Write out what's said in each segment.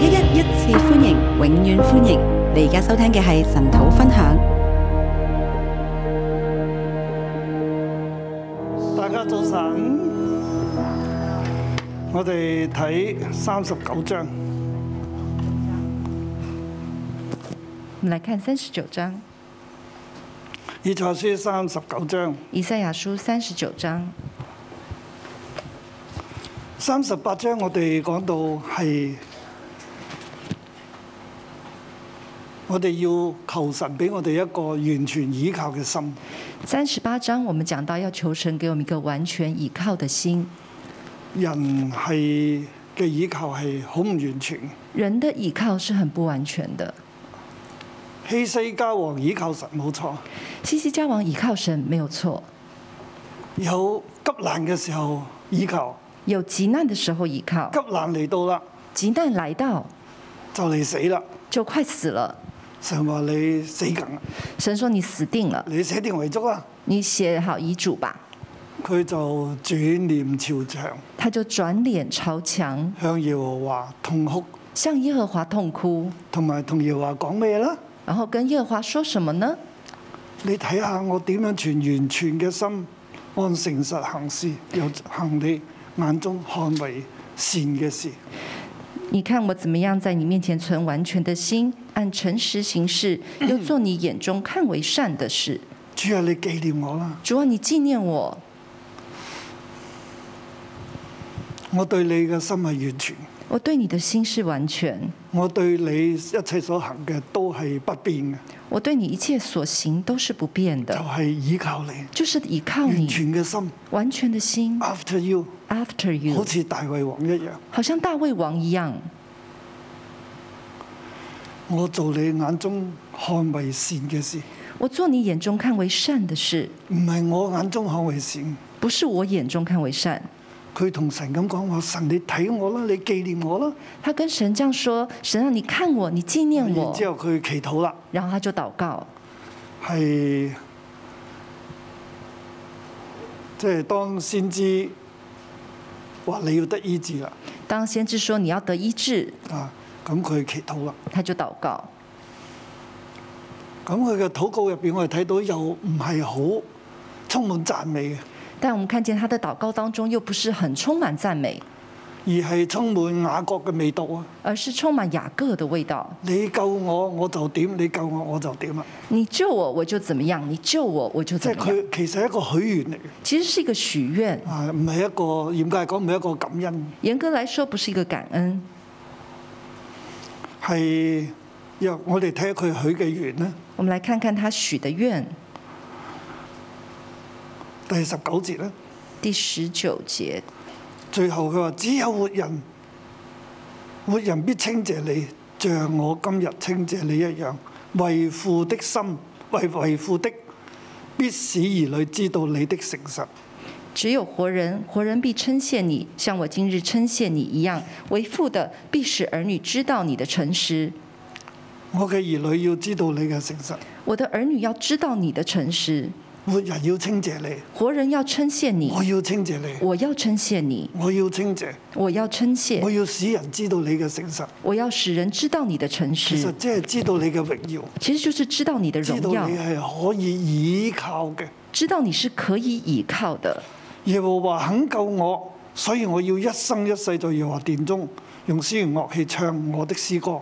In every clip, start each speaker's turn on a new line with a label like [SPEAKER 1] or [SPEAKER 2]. [SPEAKER 1] 一一一次歡迎，永遠歡迎！你而家收聽嘅係神土分享。
[SPEAKER 2] 大家早晨，我哋睇三十九章。
[SPEAKER 3] 我们来看三十九章，
[SPEAKER 2] 以賽書三十九章
[SPEAKER 3] 以赛亚书三十九章，
[SPEAKER 2] 三十八章，我哋講到係我哋要求神俾我哋一個完全倚靠嘅心。
[SPEAKER 3] 三十八章我们讲到要求神给我们一个完全倚靠的心。
[SPEAKER 2] 人係嘅倚靠係好唔完全。
[SPEAKER 3] 人的倚靠是很不完全的。
[SPEAKER 2] 希西家王倚靠神冇錯，
[SPEAKER 3] 西西家王倚靠神没有错，
[SPEAKER 2] 有急難嘅時候倚靠，
[SPEAKER 3] 有急难的时候倚靠
[SPEAKER 2] 急，難嚟到啦
[SPEAKER 3] 急难来到
[SPEAKER 2] 就嚟死啦，
[SPEAKER 3] 就快死了。
[SPEAKER 2] 神話你死梗啦。
[SPEAKER 3] 神说你死定了，
[SPEAKER 2] 你寫定遺囑啦，
[SPEAKER 3] 你写好遗嘱吧。
[SPEAKER 2] 佢就轉臉朝牆，
[SPEAKER 3] 他就转脸朝墙，
[SPEAKER 2] 向耶和華痛哭，
[SPEAKER 3] 向耶和华痛哭，
[SPEAKER 2] 同埋同耶和華講咩啦？
[SPEAKER 3] 然后跟耶和华说什么呢？
[SPEAKER 2] 你睇下我點樣存完全嘅心，按誠實行事，又行你眼中看為善嘅事。
[SPEAKER 3] 你看我怎么样在你面前存完全的心，按诚实行事，又做你眼中看为善的事。
[SPEAKER 2] 主啊，你紀念我啦！
[SPEAKER 3] 主啊，你纪念我，
[SPEAKER 2] 我對你嘅心係完全，
[SPEAKER 3] 我对你的心是完全，
[SPEAKER 2] 我對你一切所行嘅都係不變嘅，
[SPEAKER 3] 我对你一切所行都是不变
[SPEAKER 2] 就
[SPEAKER 3] 的，
[SPEAKER 2] 係、依靠你
[SPEAKER 3] 就是依靠
[SPEAKER 2] 完
[SPEAKER 3] 你
[SPEAKER 2] 全嘅心。
[SPEAKER 3] 完全的心。
[SPEAKER 2] After you，
[SPEAKER 3] After
[SPEAKER 2] 好
[SPEAKER 3] you，
[SPEAKER 2] 似大衛王一樣，
[SPEAKER 3] 好像大卫王一样，
[SPEAKER 2] 我做你眼中看為善嘅事。
[SPEAKER 3] 我做你眼中看为善的事，
[SPEAKER 2] 唔係我眼中看為善，
[SPEAKER 3] 不是我眼中看为善。
[SPEAKER 2] 佢同神咁講話：神你睇我啦，你紀念我啦。
[SPEAKER 3] 他跟神这样说：“神啊，你看我，你纪念
[SPEAKER 2] 然
[SPEAKER 3] 我。
[SPEAKER 2] 之後佢祈禱啦，”
[SPEAKER 3] 然后他就祷告，
[SPEAKER 2] 係即係當先知話你要得醫治啦，
[SPEAKER 3] 当先知说你要得医治，
[SPEAKER 2] 啊咁佢祈禱啦。
[SPEAKER 3] 他就祷告。
[SPEAKER 2] 咁佢嘅禱告入邊，我哋睇到又唔係好充滿讚美嘅，
[SPEAKER 3] 但我们看见他的祷告当中又不是很充满赞美，
[SPEAKER 2] 而係充滿雅各嘅味道啊！
[SPEAKER 3] 而是充满雅各的味道。
[SPEAKER 2] 你救我我就點，你救我我就點啊啦。
[SPEAKER 3] 你救我，我就怎么样；你救我，我就
[SPEAKER 2] 即
[SPEAKER 3] 怎
[SPEAKER 2] 係
[SPEAKER 3] 么样。
[SPEAKER 2] 佢其實係一個許願嚟嘅。
[SPEAKER 3] 其实是一个许愿，
[SPEAKER 2] 啊，唔係一個嚴格嚟講，唔係一個感恩，
[SPEAKER 3] 严格来说不是一个感恩，
[SPEAKER 2] 係若我哋睇下佢許嘅願咧，
[SPEAKER 3] 我们来看看他许的愿，
[SPEAKER 2] 第十九節咧，
[SPEAKER 3] 第十九节，
[SPEAKER 2] 最後佢話：只有活人，活人必稱謝你，像我今日稱謝你一樣。為父的心，為為父的，必使兒女知道你的誠實。
[SPEAKER 3] 只有活人，活人必称谢你，像我今日称谢你一样。为父的必使儿女知道你的诚实，
[SPEAKER 2] 我嘅兒女要知道你嘅誠實，
[SPEAKER 3] 我的儿女要知道你的诚实。
[SPEAKER 2] 活人要稱謝你，
[SPEAKER 3] 活人要称谢你，
[SPEAKER 2] 我要稱謝你，
[SPEAKER 3] 我要称谢你，
[SPEAKER 2] 我要稱謝，
[SPEAKER 3] 我要称谢
[SPEAKER 2] 我。要使人知道你嘅誠實。
[SPEAKER 3] 我要使人知道你的诚
[SPEAKER 2] 其實
[SPEAKER 3] 实，
[SPEAKER 2] 即係知道你嘅榮耀。
[SPEAKER 3] 其实就是知道你的
[SPEAKER 2] 知道
[SPEAKER 3] 荣耀
[SPEAKER 2] 你，係可以倚靠嘅。
[SPEAKER 3] 知道你是可以倚靠的。
[SPEAKER 2] 耶和華肯救我，所以我要一生一世在耶和華殿中用絲弦樂器唱我的詩歌。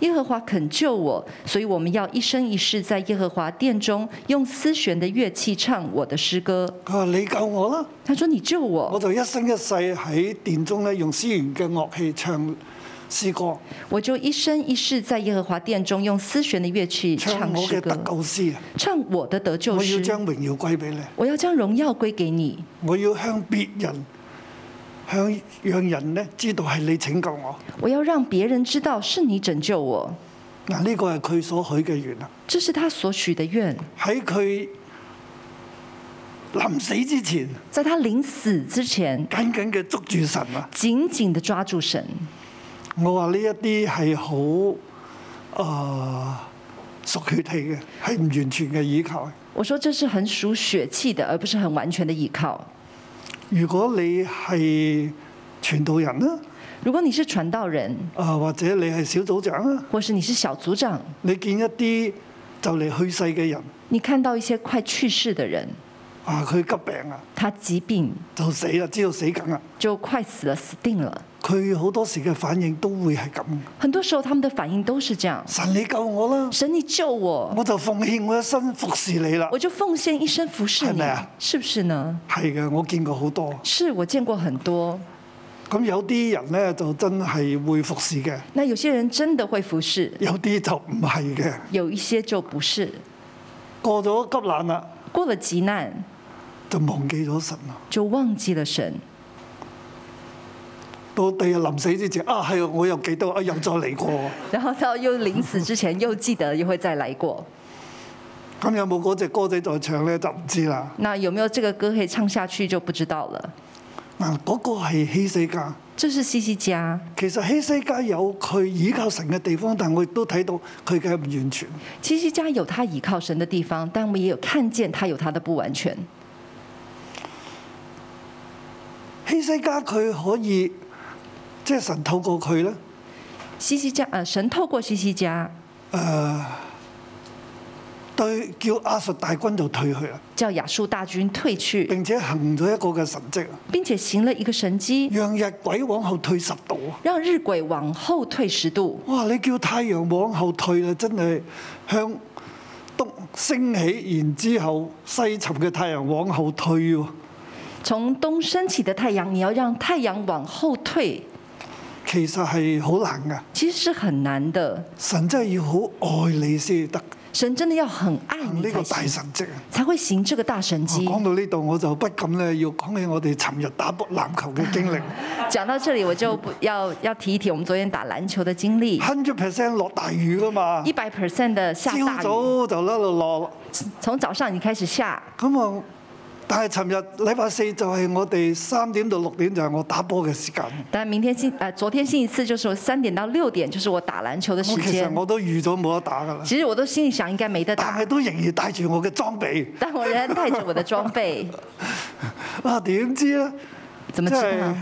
[SPEAKER 3] 耶和华肯救我，所以我们要一生一世在耶和华殿中用丝弦的乐器唱我的诗歌。
[SPEAKER 2] 佢話：你救我啦，
[SPEAKER 3] 他说：“你救
[SPEAKER 2] 我
[SPEAKER 3] 我，
[SPEAKER 2] 就一生一世喺殿中咧用絲弦嘅樂器唱詩歌，
[SPEAKER 3] 我就一生一世在耶和华殿中用丝弦的乐器
[SPEAKER 2] 唱
[SPEAKER 3] 唱
[SPEAKER 2] 我
[SPEAKER 3] 诗
[SPEAKER 2] 嘅得
[SPEAKER 3] 歌，
[SPEAKER 2] 救詩啊！
[SPEAKER 3] 唱我的得救
[SPEAKER 2] 我要
[SPEAKER 3] 诗。
[SPEAKER 2] 將榮耀歸俾你，
[SPEAKER 3] 我要将榮耀归给你，
[SPEAKER 2] 我要向別人。向讓人咧知道係你拯救我，
[SPEAKER 3] 我要让别人知道是你拯救我。
[SPEAKER 2] 嗱呢個係佢所許嘅願啊！
[SPEAKER 3] 这是他所许的愿。
[SPEAKER 2] 喺佢臨死之前，
[SPEAKER 3] 在他临死之前，
[SPEAKER 2] 緊緊嘅捉住神啊！
[SPEAKER 3] 紧紧地抓住神。
[SPEAKER 2] 我話呢一啲係好啊屬血氣嘅，係唔完全嘅依靠嘅。
[SPEAKER 3] 我说这是很属血气的，而不是很完全的依靠。
[SPEAKER 2] 如果你係傳道人啦，
[SPEAKER 3] 如果你是传道人，
[SPEAKER 2] 啊或者你係小組長啊，
[SPEAKER 3] 或是你是小组长，
[SPEAKER 2] 你見一啲就嚟去世嘅人
[SPEAKER 3] 你看到一些快去世的人，
[SPEAKER 2] 啊，佢急病啊，
[SPEAKER 3] 他疾病
[SPEAKER 2] 就死啦，知道死梗啊，
[SPEAKER 3] 就快死了，死定了。
[SPEAKER 2] 佢好多時嘅反應都會係咁。
[SPEAKER 3] 很多时候他们的反应都是这样：
[SPEAKER 2] 神你救我啦，
[SPEAKER 3] 神，你救我，
[SPEAKER 2] 我就奉獻我一生服侍你啦。
[SPEAKER 3] 我就奉献一生服侍
[SPEAKER 2] 是
[SPEAKER 3] 你
[SPEAKER 2] 不是啊，
[SPEAKER 3] 是不是呢？
[SPEAKER 2] 係嘅，我見過好多。
[SPEAKER 3] 是我见过很多，
[SPEAKER 2] 咁有啲人咧就真係會服侍嘅，
[SPEAKER 3] 那有些人真的会服侍，
[SPEAKER 2] 有啲就唔係嘅。
[SPEAKER 3] 有一些就不是。
[SPEAKER 2] 過咗急難啦，
[SPEAKER 3] 过了急难
[SPEAKER 2] 就忘記咗神啦。
[SPEAKER 3] 就忘记了神，
[SPEAKER 2] 到第日臨死之前，啊係啊，我又記得啊，又再嚟過。
[SPEAKER 3] 然后到又临死之前又记得又会再来过。
[SPEAKER 2] 咁有冇嗰只歌仔在唱咧就唔知啦。
[SPEAKER 3] 那有没有这个歌可以唱下去就不知道了。
[SPEAKER 2] 嗱，嗰個係希西家。
[SPEAKER 3] 这是西西家，
[SPEAKER 2] 其實希西家有佢倚靠神嘅地方，但我亦都睇到佢嘅唔完全。
[SPEAKER 3] 西西家有他倚靠神的地方，但我们也有看见他有他的不完全。
[SPEAKER 2] 希西家佢可以即係神透過佢咧，誒、
[SPEAKER 3] 西西家，呃，神透过西西家
[SPEAKER 2] 對叫亞述大軍就退去啦，
[SPEAKER 3] 叫亚述大军退去，
[SPEAKER 2] 並且行咗一個嘅神跡，
[SPEAKER 3] 并且行了一个神迹，
[SPEAKER 2] 讓日鬼往後退十度啊！
[SPEAKER 3] 让日晷往后退十度。
[SPEAKER 2] 哇！你叫太陽往後退啦，真係向東升起，然之後西沉嘅太陽往後退喎。
[SPEAKER 3] 从东升起的太阳，你要让太阳往后退，
[SPEAKER 2] 其實係好難噶，
[SPEAKER 3] 其实是很难的。
[SPEAKER 2] 神真係要好愛你先得
[SPEAKER 3] 神真的要很爱
[SPEAKER 2] 行
[SPEAKER 3] 你
[SPEAKER 2] 呢個
[SPEAKER 3] 才
[SPEAKER 2] 大
[SPEAKER 3] 行，
[SPEAKER 2] 神跡啊！
[SPEAKER 3] 才会行这个大神
[SPEAKER 2] 我
[SPEAKER 3] 迹。
[SPEAKER 2] 講到呢度，我就不禁咧要講起我哋尋日打波籃球嘅經歷
[SPEAKER 3] 讲到这里，我就不要要提一提我们昨天打篮球的经历。
[SPEAKER 2] ，hundred percent 落大雨噶嘛
[SPEAKER 3] 一，百 percent 的下
[SPEAKER 2] 朝
[SPEAKER 3] 大雨，
[SPEAKER 2] 早就一路落，
[SPEAKER 3] 从早上你开始下，
[SPEAKER 2] 咁啊，但係尋日禮拜四就係我哋三點到六點就係我打波嘅時間。
[SPEAKER 3] 但明天星呃昨天星期四就是三点到六点，就是我打篮球的
[SPEAKER 2] 我
[SPEAKER 3] 时
[SPEAKER 2] 其
[SPEAKER 3] 间
[SPEAKER 2] 實。我都預咗冇得打噶啦，
[SPEAKER 3] 其实我都心里想应该没得
[SPEAKER 2] 但
[SPEAKER 3] 打，
[SPEAKER 2] 係都仍然帶住我嘅裝備。
[SPEAKER 3] 但我仍然带着我的装备，
[SPEAKER 2] 啊，點知咧？
[SPEAKER 3] 怎
[SPEAKER 2] 即
[SPEAKER 3] 么知道
[SPEAKER 2] 係
[SPEAKER 3] 呢？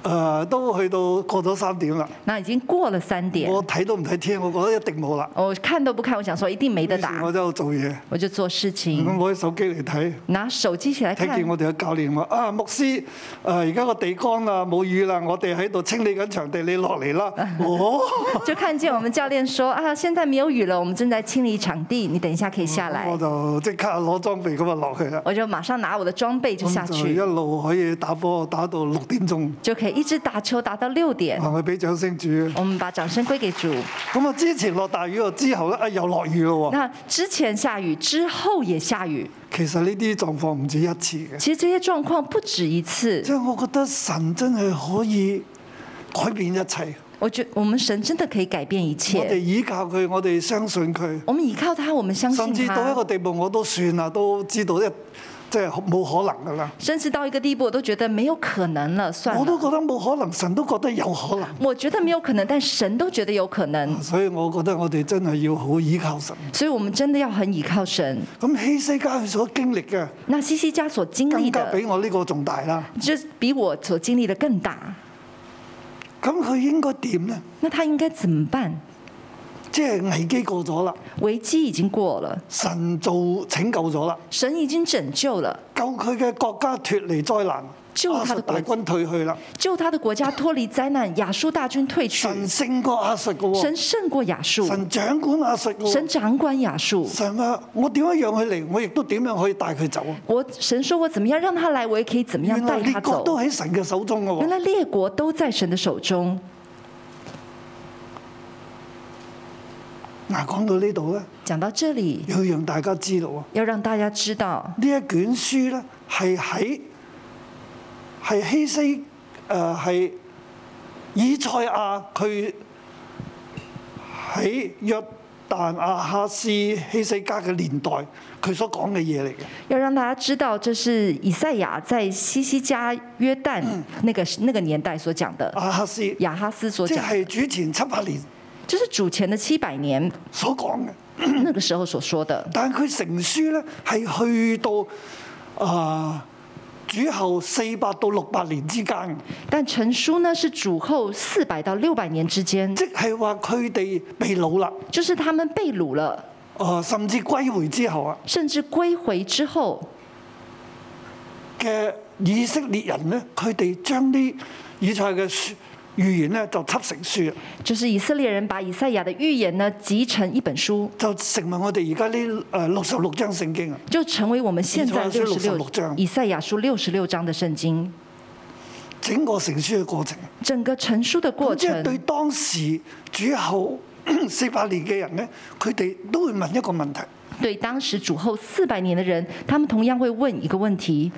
[SPEAKER 2] 誒，都去到過咗三點啦。
[SPEAKER 3] 那已经過了三點，
[SPEAKER 2] 我睇都唔睇天，我覺得一定冇啦。
[SPEAKER 3] 我看都不看，我想说一定没得
[SPEAKER 2] 於是
[SPEAKER 3] 打嗯
[SPEAKER 2] 我，嗯就做嘢，
[SPEAKER 3] 我就做事情，
[SPEAKER 2] 咁攞起手機嚟睇。
[SPEAKER 3] 拿手機起来
[SPEAKER 2] 睇
[SPEAKER 3] 看
[SPEAKER 2] 見。我哋嘅教練話：啊，牧師，誒而家個地乾啦，冇雨啦，我哋喺度清理緊場地，你落嚟 啦。哦，
[SPEAKER 3] 就看见我们教练说啊，现在没有雨了，我们正在清理场地，你等一下可以下
[SPEAKER 2] 咁我
[SPEAKER 3] 来。
[SPEAKER 2] 就即刻攞裝備咁啊落去啦。
[SPEAKER 3] 我就马上拿我的装备就下
[SPEAKER 2] 咁就一
[SPEAKER 3] 去，
[SPEAKER 2] 路可以打波打到六點鐘，
[SPEAKER 3] 就可以一直打球打到六点。
[SPEAKER 2] 行去俾掌聲主。
[SPEAKER 3] 我们把掌聲歸給主。
[SPEAKER 2] 咁啊，之前落大雨喎，之後咧啊又落雨咯喎。
[SPEAKER 3] 那之前下雨，之後也下雨，
[SPEAKER 2] 其實呢啲狀況唔止一次嘅，
[SPEAKER 3] 其實這些狀況不止一次
[SPEAKER 2] 即。係我覺得神真係可以改變一切。
[SPEAKER 3] 我觉我们神真的可以改變一
[SPEAKER 2] 我哋
[SPEAKER 3] 切。
[SPEAKER 2] 依靠佢，我哋相信佢，
[SPEAKER 3] 我们依靠他，我们相
[SPEAKER 2] 甚
[SPEAKER 3] 信
[SPEAKER 2] 至到一
[SPEAKER 3] 他
[SPEAKER 2] 個。地步，我都算啦，都知道一即係冇可能噶啦。
[SPEAKER 3] 甚至到一个地步，我都觉得没有可能了，算
[SPEAKER 2] 我都
[SPEAKER 3] 了。
[SPEAKER 2] 覺得冇可能，神都覺得有可能，
[SPEAKER 3] 我覺得没有可能，但神都觉得有可能，
[SPEAKER 2] 所以我覺得我哋真係要好依靠神。
[SPEAKER 3] 所以我们真的要很倚靠神。
[SPEAKER 2] 咁希西家佢所經歷嘅，
[SPEAKER 3] 那西西家所经历
[SPEAKER 2] 更加
[SPEAKER 3] 的，
[SPEAKER 2] 比我呢個仲大啦。
[SPEAKER 3] 就比我所经历的更大。
[SPEAKER 2] 咁佢應該點呢？
[SPEAKER 3] 那他应該怎么辦？
[SPEAKER 2] 即係危機過咗啦，
[SPEAKER 3] 危機已經過了，
[SPEAKER 2] 神做拯救咗啦，
[SPEAKER 3] 神已經拯救了，
[SPEAKER 2] 救佢嘅國家脱離災難，
[SPEAKER 3] 救
[SPEAKER 2] 亞
[SPEAKER 3] 他
[SPEAKER 2] 述
[SPEAKER 3] 的
[SPEAKER 2] 大
[SPEAKER 3] 國
[SPEAKER 2] 軍退去啦，
[SPEAKER 3] 救他的国家脱離災難，亞述大軍退去，
[SPEAKER 2] 神勝過亞述嘅
[SPEAKER 3] 神
[SPEAKER 2] 喎，
[SPEAKER 3] 胜過亞述，
[SPEAKER 2] 神掌管亞述嘅
[SPEAKER 3] 神
[SPEAKER 2] 喎。
[SPEAKER 3] 掌管亞述。
[SPEAKER 2] 神話我點樣讓佢嚟，我亦都點樣可以帶佢走啊？
[SPEAKER 3] 我神说我怎麼樣讓他來，我也可以怎麼
[SPEAKER 2] 原
[SPEAKER 3] 樣
[SPEAKER 2] 來
[SPEAKER 3] 帶
[SPEAKER 2] 列
[SPEAKER 3] 他
[SPEAKER 2] 國
[SPEAKER 3] 走。
[SPEAKER 2] 都喺神嘅手中嘅
[SPEAKER 3] 原
[SPEAKER 2] 喎。
[SPEAKER 3] 來列國都在神的手中。
[SPEAKER 2] 嗱，講到呢度咧，
[SPEAKER 3] 講到這裡，
[SPEAKER 2] 要讓大家知道啊。
[SPEAKER 3] 要讓大家知道，
[SPEAKER 2] 呢一卷書咧係喺係希西誒係以賽亞佢喺約但亞哈斯希西家嘅年代佢所講嘅嘢嚟嘅。
[SPEAKER 3] 要讓大家知道，這是以賽亞在西西家約旦
[SPEAKER 2] 嗯
[SPEAKER 3] 那個那個年代所講的，
[SPEAKER 2] 亞哈斯即
[SPEAKER 3] 亞哈斯所講，
[SPEAKER 2] 係主前七百年
[SPEAKER 3] 就是主前的七百 年
[SPEAKER 2] 所講嘅，
[SPEAKER 3] 那個時候所說的。
[SPEAKER 2] 但係佢成書咧係去到啊、主後四百到六百年之間，
[SPEAKER 3] 但成书呢是主后四百到六百年之间，
[SPEAKER 2] 即係話佢哋被掳啦，
[SPEAKER 3] 就是他们被掳了，
[SPEAKER 2] 啊甚至歸回之後啊
[SPEAKER 3] 甚至归回之后，
[SPEAKER 2] 嘅以色列人咧，佢哋將啲以賽嘅書預言咧就輯成書，
[SPEAKER 3] 就是以色列人把以赛亚的预言呢集成一本书，
[SPEAKER 2] 就成為我哋而家呢誒六十六章聖經啊。
[SPEAKER 3] 就成为我们现在
[SPEAKER 2] 以赛亚
[SPEAKER 3] 六
[SPEAKER 2] 书
[SPEAKER 3] 十
[SPEAKER 2] 66
[SPEAKER 3] 六
[SPEAKER 2] 章
[SPEAKER 3] 以赛亚书六十六章的圣经。
[SPEAKER 2] 整個成書嘅過程，
[SPEAKER 3] 整个成书的过
[SPEAKER 2] 即係對
[SPEAKER 3] 程，
[SPEAKER 2] 當時主後四百年嘅人咧，佢哋都會問一個問題：
[SPEAKER 3] 对当时主后四百年的人，他们同样会问一个问题：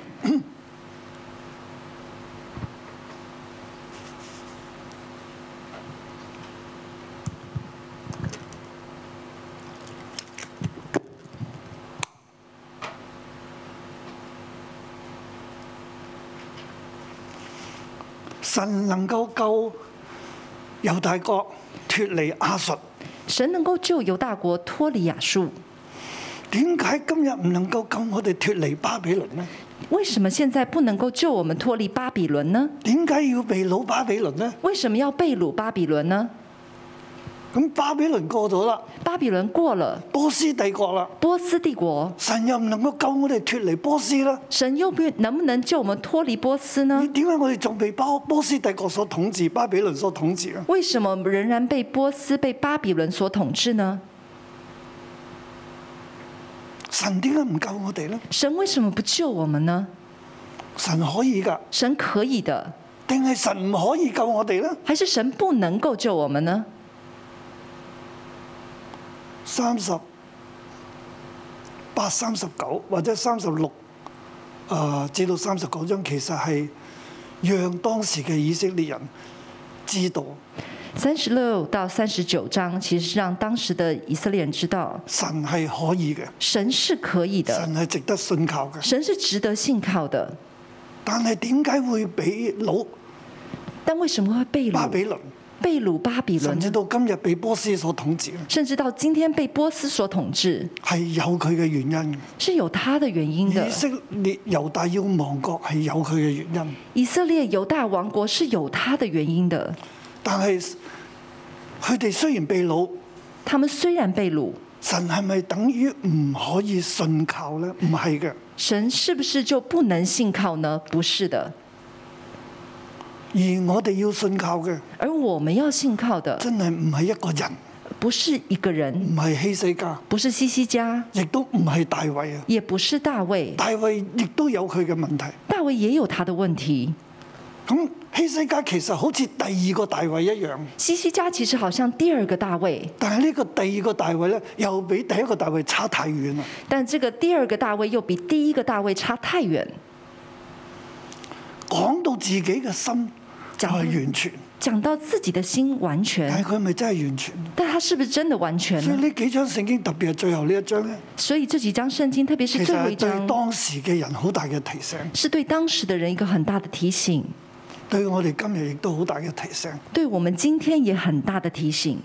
[SPEAKER 2] 神能夠救猶大國脱離亞述，
[SPEAKER 3] 神能够救犹大国脱离亚述，
[SPEAKER 2] 點解今日唔能夠救我哋脱離巴比倫呢？
[SPEAKER 3] 为什么现在不能够救我们脱离巴比伦呢？
[SPEAKER 2] 點解要被掳巴比倫呢？
[SPEAKER 3] 为什么要被掳巴比伦呢？
[SPEAKER 2] 咁巴比倫過咗啦，
[SPEAKER 3] 巴比伦过了
[SPEAKER 2] 波斯帝國啦，
[SPEAKER 3] 波斯帝国，
[SPEAKER 2] 神又唔能夠救我哋脱離波斯啦。
[SPEAKER 3] 神又不能不能救我们脱离波斯呢？
[SPEAKER 2] 點解我哋仲被波波斯帝國所統治、巴比倫所統治啊？
[SPEAKER 3] 为什么仍然被波斯、被巴比伦所统治呢？
[SPEAKER 2] 神點解唔救我哋呢？
[SPEAKER 3] 神为什么不救我们呢？
[SPEAKER 2] 神可以㗎，
[SPEAKER 3] 神可以的，
[SPEAKER 2] 定係神唔可以救我哋呢？
[SPEAKER 3] 还是神不能够救我们呢？
[SPEAKER 2] 三十八、三十九或者三十六啊，至到三十九章，其實係讓當時嘅以色列人知道
[SPEAKER 3] 三十六到三十九章，其实是让当时的以色列人知道，
[SPEAKER 2] 神係可以嘅，
[SPEAKER 3] 神是可以的，
[SPEAKER 2] 神係值得信靠嘅。
[SPEAKER 3] 神是值得信靠的。
[SPEAKER 2] 但係點解會俾老
[SPEAKER 3] 但为什么会被
[SPEAKER 2] 巴
[SPEAKER 3] 掳？
[SPEAKER 2] 比倫，
[SPEAKER 3] 被掳巴比伦
[SPEAKER 2] 甚，至到今日被波斯所統治咧？
[SPEAKER 3] 甚至到今天被波斯所统治，
[SPEAKER 2] 係有佢嘅原因嘅。
[SPEAKER 3] 是有它的原因的
[SPEAKER 2] 以。色列猶大要亡國係有佢嘅原因，
[SPEAKER 3] 以色列犹大王国是有它的原因的。
[SPEAKER 2] 但係佢哋雖然被掳，
[SPEAKER 3] 他们虽然被掳，
[SPEAKER 2] 神係咪等於唔可以信靠呢？唔係嘅，
[SPEAKER 3] 神是不是就不能信靠呢？不是的，
[SPEAKER 2] 而我哋要信靠嘅，
[SPEAKER 3] 而我们要信靠的
[SPEAKER 2] 真係唔係一個人，
[SPEAKER 3] 不是一个人，
[SPEAKER 2] 唔係希西家，
[SPEAKER 3] 不是西西家，
[SPEAKER 2] 亦都唔係大衛啊。
[SPEAKER 3] 也不是大卫，
[SPEAKER 2] 大衛亦都有佢嘅問題。
[SPEAKER 3] 大卫也有他的问题。
[SPEAKER 2] 咁希西家其實好似第二個大衛一樣，
[SPEAKER 3] 西西家其实好像第二个大卫，
[SPEAKER 2] 但係呢個第二個大衛呢，又比第一個大衛差太遠啊啦。
[SPEAKER 3] 但这个第二个大卫又比第一个大卫差太远。
[SPEAKER 2] 講到自己嘅心就係完
[SPEAKER 3] 嗯
[SPEAKER 2] 全，
[SPEAKER 3] 讲到自己的心完
[SPEAKER 2] 但
[SPEAKER 3] 全，
[SPEAKER 2] 係佢係咪真係完全？
[SPEAKER 3] 但他是不是真的完全
[SPEAKER 2] 所以
[SPEAKER 3] 呢？
[SPEAKER 2] 呢幾章聖經特別係最後呢一章咧，
[SPEAKER 3] 所以这几章圣经，特别
[SPEAKER 2] 其
[SPEAKER 3] 是
[SPEAKER 2] 實
[SPEAKER 3] 最后
[SPEAKER 2] 係
[SPEAKER 3] 一
[SPEAKER 2] 對
[SPEAKER 3] 章，
[SPEAKER 2] 當時嘅人好大嘅提醒，
[SPEAKER 3] 是对当时的人一个很大的提醒，
[SPEAKER 2] 對我哋今日亦都好大嘅提醒。
[SPEAKER 3] 对我们今天也很大的提醒。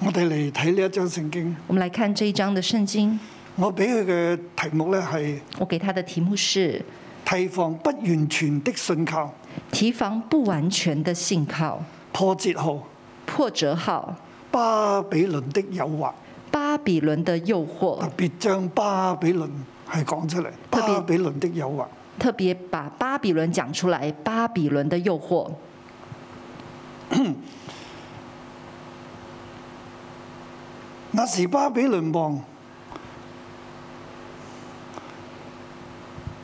[SPEAKER 2] 我哋嚟睇呢一章聖經，
[SPEAKER 3] 我们来看这一章的圣经，
[SPEAKER 2] 我俾佢嘅題目咧係
[SPEAKER 3] 我给它的题目是
[SPEAKER 2] 提防不完全的信靠，
[SPEAKER 3] “提防不完全的信靠”，
[SPEAKER 2] 破折號
[SPEAKER 3] 破折号
[SPEAKER 2] 巴比倫的誘惑，
[SPEAKER 3] 巴比倫的诱惑
[SPEAKER 2] 特，別將巴比倫係講出嚟。
[SPEAKER 3] 哦特別
[SPEAKER 2] 巴比倫的誘惑，
[SPEAKER 3] 特别把巴比伦讲出来，巴比伦的诱惑。
[SPEAKER 2] 那時巴比倫王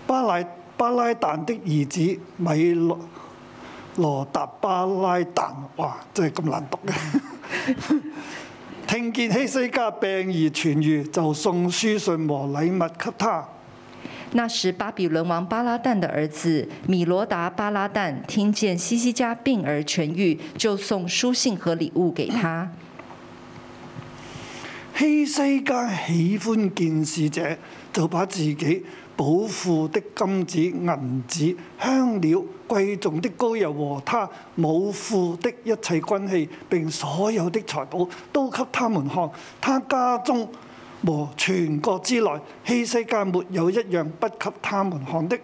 [SPEAKER 2] 巴拉巴拉但的兒子米羅羅達巴拉但，哇！真係咁難讀嘅。 聽見希西家病而痊愈，就送書信和禮物給他。
[SPEAKER 3] 那时，巴比伦王巴拉旦的儿子米罗达巴拉旦听见西西家病而痊愈，就送书信和礼物给他。
[SPEAKER 2] 希西家喜歡見事者，就把自己寶庫的金子、銀子、香料、貴重的膏油和他武庫的一切軍器，並所有的財寶都給他們看。他家中和全國之內，希西家沒有一樣不給他們看的。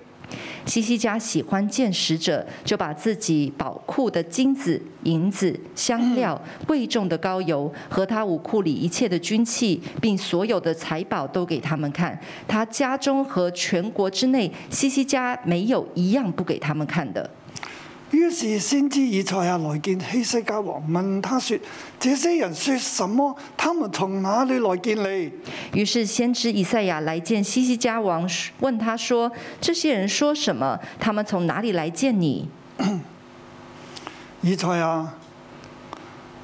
[SPEAKER 3] 西西家喜欢见使者，就把自己宝库的金子、银子、香料、贵重的膏油和他武库里一切的军器，并所有的财宝都给他们看。他家中和全国之内，西西家没有一样不给他们看的。
[SPEAKER 2] 於是先知以賽亞來見希西家王，問他說：這些人說什麼？他們從哪裏來見你？
[SPEAKER 3] 于是先知以赛亚来见西西家王，问他说：“这些人说什么？他们从哪里来见你？”
[SPEAKER 2] 以賽亞，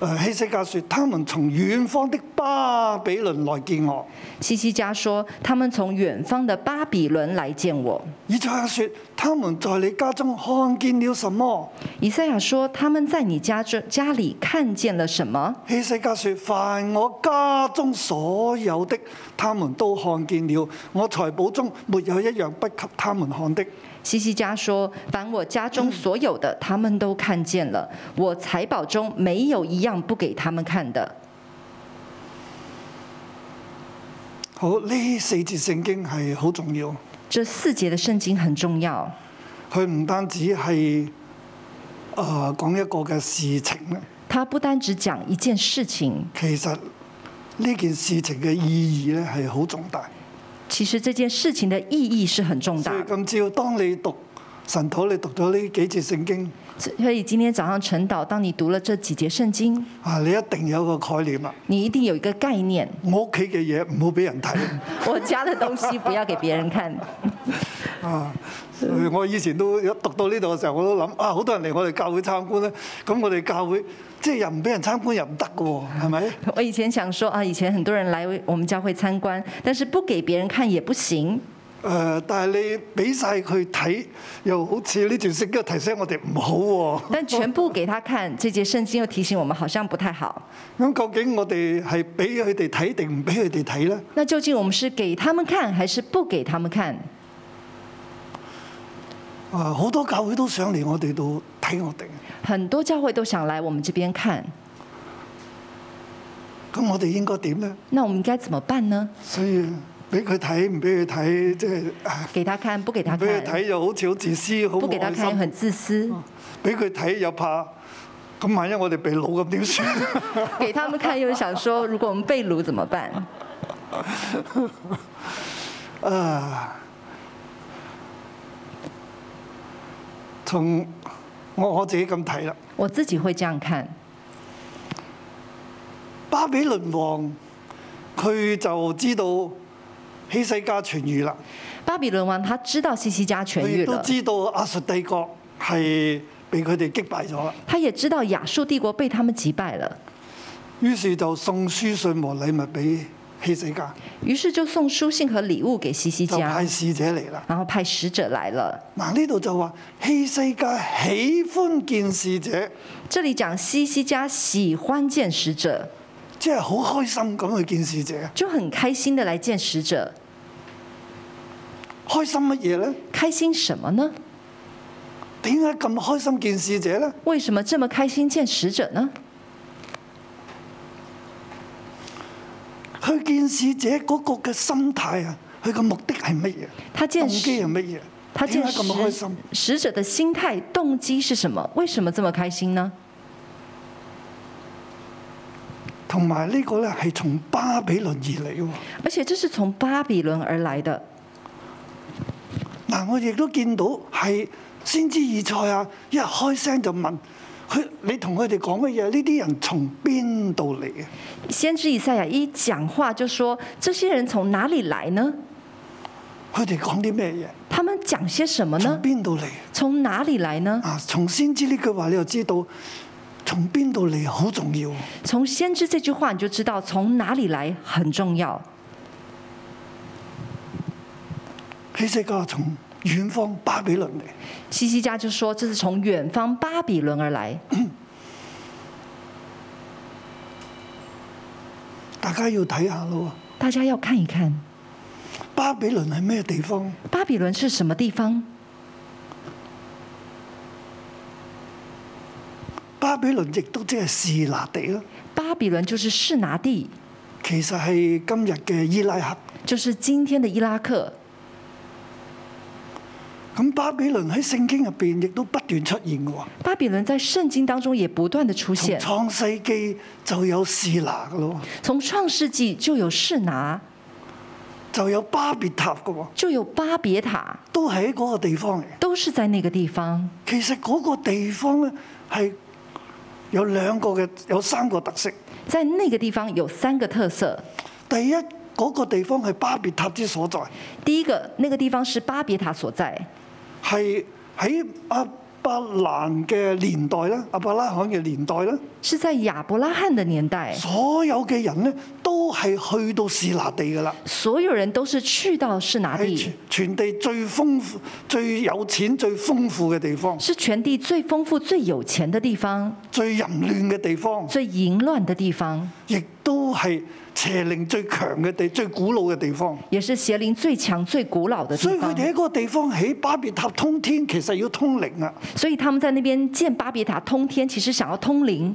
[SPEAKER 2] 呃希西家說：他們從遠方的巴比倫來見我。
[SPEAKER 3] 西西家说：“他们从远方的巴比伦来见我。”
[SPEAKER 2] 以賽亞說：他們在你家中看見了什麼？
[SPEAKER 3] 以赛亚说：“他们在你家这家里看见了什么
[SPEAKER 2] 希西家說：凡我家中所有的，他們都看見了。我財寶中沒有一樣不給他們看的。？”
[SPEAKER 3] 西西家说：“凡我家中所有的，他们都看见了；我财宝中没有一样不给他们看的。
[SPEAKER 2] 好，呢四節聖經係好重要。”
[SPEAKER 3] 这四节的圣经很重要，
[SPEAKER 2] 佢唔單止係誒講一個嘅事情咧，
[SPEAKER 3] 它不单只讲一件事情，
[SPEAKER 2] 其實呢件事情嘅意義咧係好重大。
[SPEAKER 3] 其实这件事情的意義是很重大
[SPEAKER 2] 所以
[SPEAKER 3] 的。
[SPEAKER 2] 今朝當你讀神土，你讀咗呢幾節聖經
[SPEAKER 3] 所以今天早上晨祷，當你讀了這幾節聖經，
[SPEAKER 2] 啊，你一定有個概念啦。
[SPEAKER 3] 你一定有一個概念：
[SPEAKER 2] 我屋企嘅嘢唔好俾人睇
[SPEAKER 3] 我家的東西不要給別人看。
[SPEAKER 2] 啊！所以我以前都一讀到呢度嘅時候，我都諗啊，好多人嚟我哋教會參觀咧，咁我哋教會即係又唔俾人參觀又唔得嘅喎，係咪？
[SPEAKER 3] 我以前想說啊，以前很多人來我們教會參觀，但是不給別人看也不行。
[SPEAKER 2] 誒、呃但係你俾晒佢睇，又好似呢段聖經提醒我哋唔好喎、
[SPEAKER 3] 但全部給他看，這節聖經又提醒我們，好像不太好。
[SPEAKER 2] 咁究竟我哋係俾佢哋睇定唔俾佢哋睇呢？
[SPEAKER 3] 那究竟我們是給他們看，還是不給他們看？
[SPEAKER 2] 啊，好多教會都想嚟我哋度睇我哋，
[SPEAKER 3] 很多教會都想來我們這邊看，
[SPEAKER 2] 咁我哋應該點呢？
[SPEAKER 3] 那我們應該怎麼辦呢？
[SPEAKER 2] 所以俾佢睇，唔俾佢睇，即係啊
[SPEAKER 3] 給他看，不給他
[SPEAKER 2] 唔俾佢
[SPEAKER 3] 看，
[SPEAKER 2] 睇又好似好自私，好
[SPEAKER 3] 不給
[SPEAKER 2] 冇
[SPEAKER 3] 他
[SPEAKER 2] 愛
[SPEAKER 3] 看
[SPEAKER 2] 心；
[SPEAKER 3] 很自私，
[SPEAKER 2] 俾佢睇又怕，咁萬一我哋被擄咁點算？
[SPEAKER 3] 給他們看又想說，如果我們被擄怎麼辦？
[SPEAKER 2] 啊！從我我自己咁睇啦，
[SPEAKER 3] 我自己會這樣看。
[SPEAKER 2] 巴比倫王佢就知道希西家痊愈啦。
[SPEAKER 3] 巴比倫王他知道西西家痊
[SPEAKER 2] 佢亦
[SPEAKER 3] 愈
[SPEAKER 2] 都
[SPEAKER 3] 了，
[SPEAKER 2] 知道阿述帝國係被佢哋擊敗咗啦，
[SPEAKER 3] 他也知道亞述帝國被他們擊敗了。
[SPEAKER 2] 於是就送書信和禮物俾希西家，
[SPEAKER 3] 于是就送书信和礼物给西西
[SPEAKER 2] 就
[SPEAKER 3] 家
[SPEAKER 2] 派，使者嚟啦。
[SPEAKER 3] 然后派使者来了。
[SPEAKER 2] 嗱，呢度就話希西家喜歡見使者，
[SPEAKER 3] 这里讲西西家喜欢见使者，
[SPEAKER 2] 即係好開心咁去見使者。
[SPEAKER 3] 就很开心的来见使者。
[SPEAKER 2] 開心乜嘢呢？
[SPEAKER 3] 开心什么呢？
[SPEAKER 2] 點解咁開心見使者呢？
[SPEAKER 3] 为什么这么开心见使者呢？
[SPEAKER 2] 去見使者嗰個嘅心態啊，佢嘅目的係乜嘢？
[SPEAKER 3] 他
[SPEAKER 2] 動
[SPEAKER 3] 见
[SPEAKER 2] 機
[SPEAKER 3] 使
[SPEAKER 2] 係乜
[SPEAKER 3] 他
[SPEAKER 2] 嘢？
[SPEAKER 3] 见
[SPEAKER 2] 點解咁開
[SPEAKER 3] 使
[SPEAKER 2] 心？
[SPEAKER 3] 使者的心态动机是什么？为什么这么开心呢？
[SPEAKER 2] 同埋呢個呢，係從巴比倫而嚟喎。
[SPEAKER 3] 而且这是从巴比伦而来的。
[SPEAKER 2] 嗱，我亦都見到係先知以賽啊，一開聲就問佢：你同佢哋講乜嘢？呢啲人從邊度嚟啊嘅？
[SPEAKER 3] 先知以赛亚一讲话就说：这些人从哪里来呢？
[SPEAKER 2] 佢哋講啲咩嘢？
[SPEAKER 3] 他们讲些什么
[SPEAKER 2] 從
[SPEAKER 3] 呢？
[SPEAKER 2] 邊度嚟？
[SPEAKER 3] 从哪里来呢？
[SPEAKER 2] 啊，從先知呢句話你就知道從邊度嚟好重要。
[SPEAKER 3] 从先知这句话你就知道从哪里来很重要。
[SPEAKER 2] 希西家從遠方巴比倫嚟，
[SPEAKER 3] 西西家就说这是从远方巴比伦而来，
[SPEAKER 2] 大家要睇下咯。
[SPEAKER 3] 大家要看一看
[SPEAKER 2] 巴比倫係咩地方？
[SPEAKER 3] 巴比伦是什么地方。
[SPEAKER 2] 巴比倫亦都即係示拿地啦。
[SPEAKER 3] 巴比伦就是示拿地，
[SPEAKER 2] 其實係今日嘅伊拉克。
[SPEAKER 3] 就是今天的伊拉克。
[SPEAKER 2] 咁巴比倫喺聖經入邊亦都不斷出現嘅喎，
[SPEAKER 3] 巴比倫在圣经当中也不断的出
[SPEAKER 2] 從
[SPEAKER 3] 现，
[SPEAKER 2] 創世記就有士拿嘅咯喎，
[SPEAKER 3] 从创世纪就有示拿，
[SPEAKER 2] 就有巴別塔嘅喎，
[SPEAKER 3] 就有巴别塔，
[SPEAKER 2] 都係喺嗰個地方嚟。
[SPEAKER 3] 都是在那个地方。
[SPEAKER 2] 其實嗰個地方咧係有兩個嘅，有三個特色。
[SPEAKER 3] 在那个地方有三个特色，
[SPEAKER 2] 第一，嗰、個地方係巴別塔之所在，
[SPEAKER 3] 第一个，那个地方是巴别塔所在，
[SPEAKER 2] 係喺阿伯蘭嘅年代啦，阿伯拉罕嘅年代啦，
[SPEAKER 3] 是在亚伯拉罕的年代，
[SPEAKER 2] 所有嘅人咧都係去到士拿地噶啦，
[SPEAKER 3] 所有人都是去到示拿
[SPEAKER 2] 係
[SPEAKER 3] 地
[SPEAKER 2] 全，全地最豐富、最有錢、最豐富嘅地方，
[SPEAKER 3] 是全地最丰富、最有钱的地方，
[SPEAKER 2] 最淫亂嘅地方，
[SPEAKER 3] 最淫乱的地方，
[SPEAKER 2] 亦都係邪靈最強嘅地、最古老嘅地方。
[SPEAKER 3] 也是邪灵最强、最古老的
[SPEAKER 2] 所以佢
[SPEAKER 3] 地方。
[SPEAKER 2] 哋喺嗰個地方起巴別塔通天，其實要通靈啊！
[SPEAKER 3] 所以他们在那边建巴别塔通天，其实想要通灵，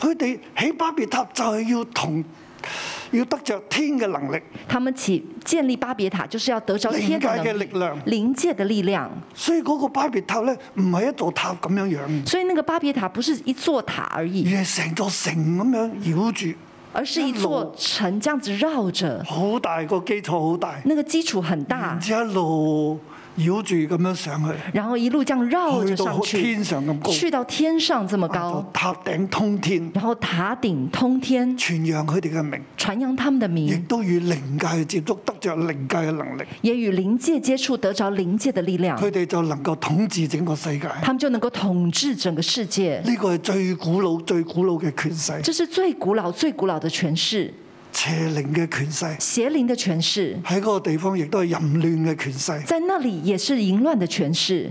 [SPEAKER 2] 佢哋起巴別塔就係要同要得着天嘅能力，
[SPEAKER 3] 他们起建立巴别塔就是要得着
[SPEAKER 2] 靈
[SPEAKER 3] 天
[SPEAKER 2] 界
[SPEAKER 3] 的
[SPEAKER 2] 嘅
[SPEAKER 3] 能
[SPEAKER 2] 力
[SPEAKER 3] 力。
[SPEAKER 2] 量。
[SPEAKER 3] 灵界的力量，
[SPEAKER 2] 所以嗰個巴別塔咧，唔係一座塔咁樣樣，
[SPEAKER 3] 所以那个巴别塔不是一座塔而
[SPEAKER 2] 而
[SPEAKER 3] 已，
[SPEAKER 2] 係成座城咁樣繞住，
[SPEAKER 3] 而是一座城这样子绕着，
[SPEAKER 2] 好大個基礎，好大，
[SPEAKER 3] 那个基础很大
[SPEAKER 2] 然，之後一路繞住咁樣上去，
[SPEAKER 3] 然后一路这样绕着
[SPEAKER 2] 去到
[SPEAKER 3] 上去
[SPEAKER 2] 天，上咁高，
[SPEAKER 3] 去到天上这么
[SPEAKER 2] 到
[SPEAKER 3] 高，
[SPEAKER 2] 塔頂通天，
[SPEAKER 3] 然后塔顶通天，
[SPEAKER 2] 傳揚佢哋嘅名，
[SPEAKER 3] 传扬他们的
[SPEAKER 2] 亦
[SPEAKER 3] 名，
[SPEAKER 2] 都與靈界接觸，得着靈界嘅能力。
[SPEAKER 3] 也与灵界接触，得着灵界的力量，
[SPEAKER 2] 佢哋就能夠統治整個世界。呢
[SPEAKER 3] 他们就能够統治整个世界。
[SPEAKER 2] 個係最古老、最古老嘅權勢，
[SPEAKER 3] 这是最古老、最古老的权势，
[SPEAKER 2] 邪靈嘅權勢
[SPEAKER 3] 邪灵的权势，
[SPEAKER 2] 喺嗰個地方亦都係淫亂嘅權勢。
[SPEAKER 3] 在那里也是淫乱的权势。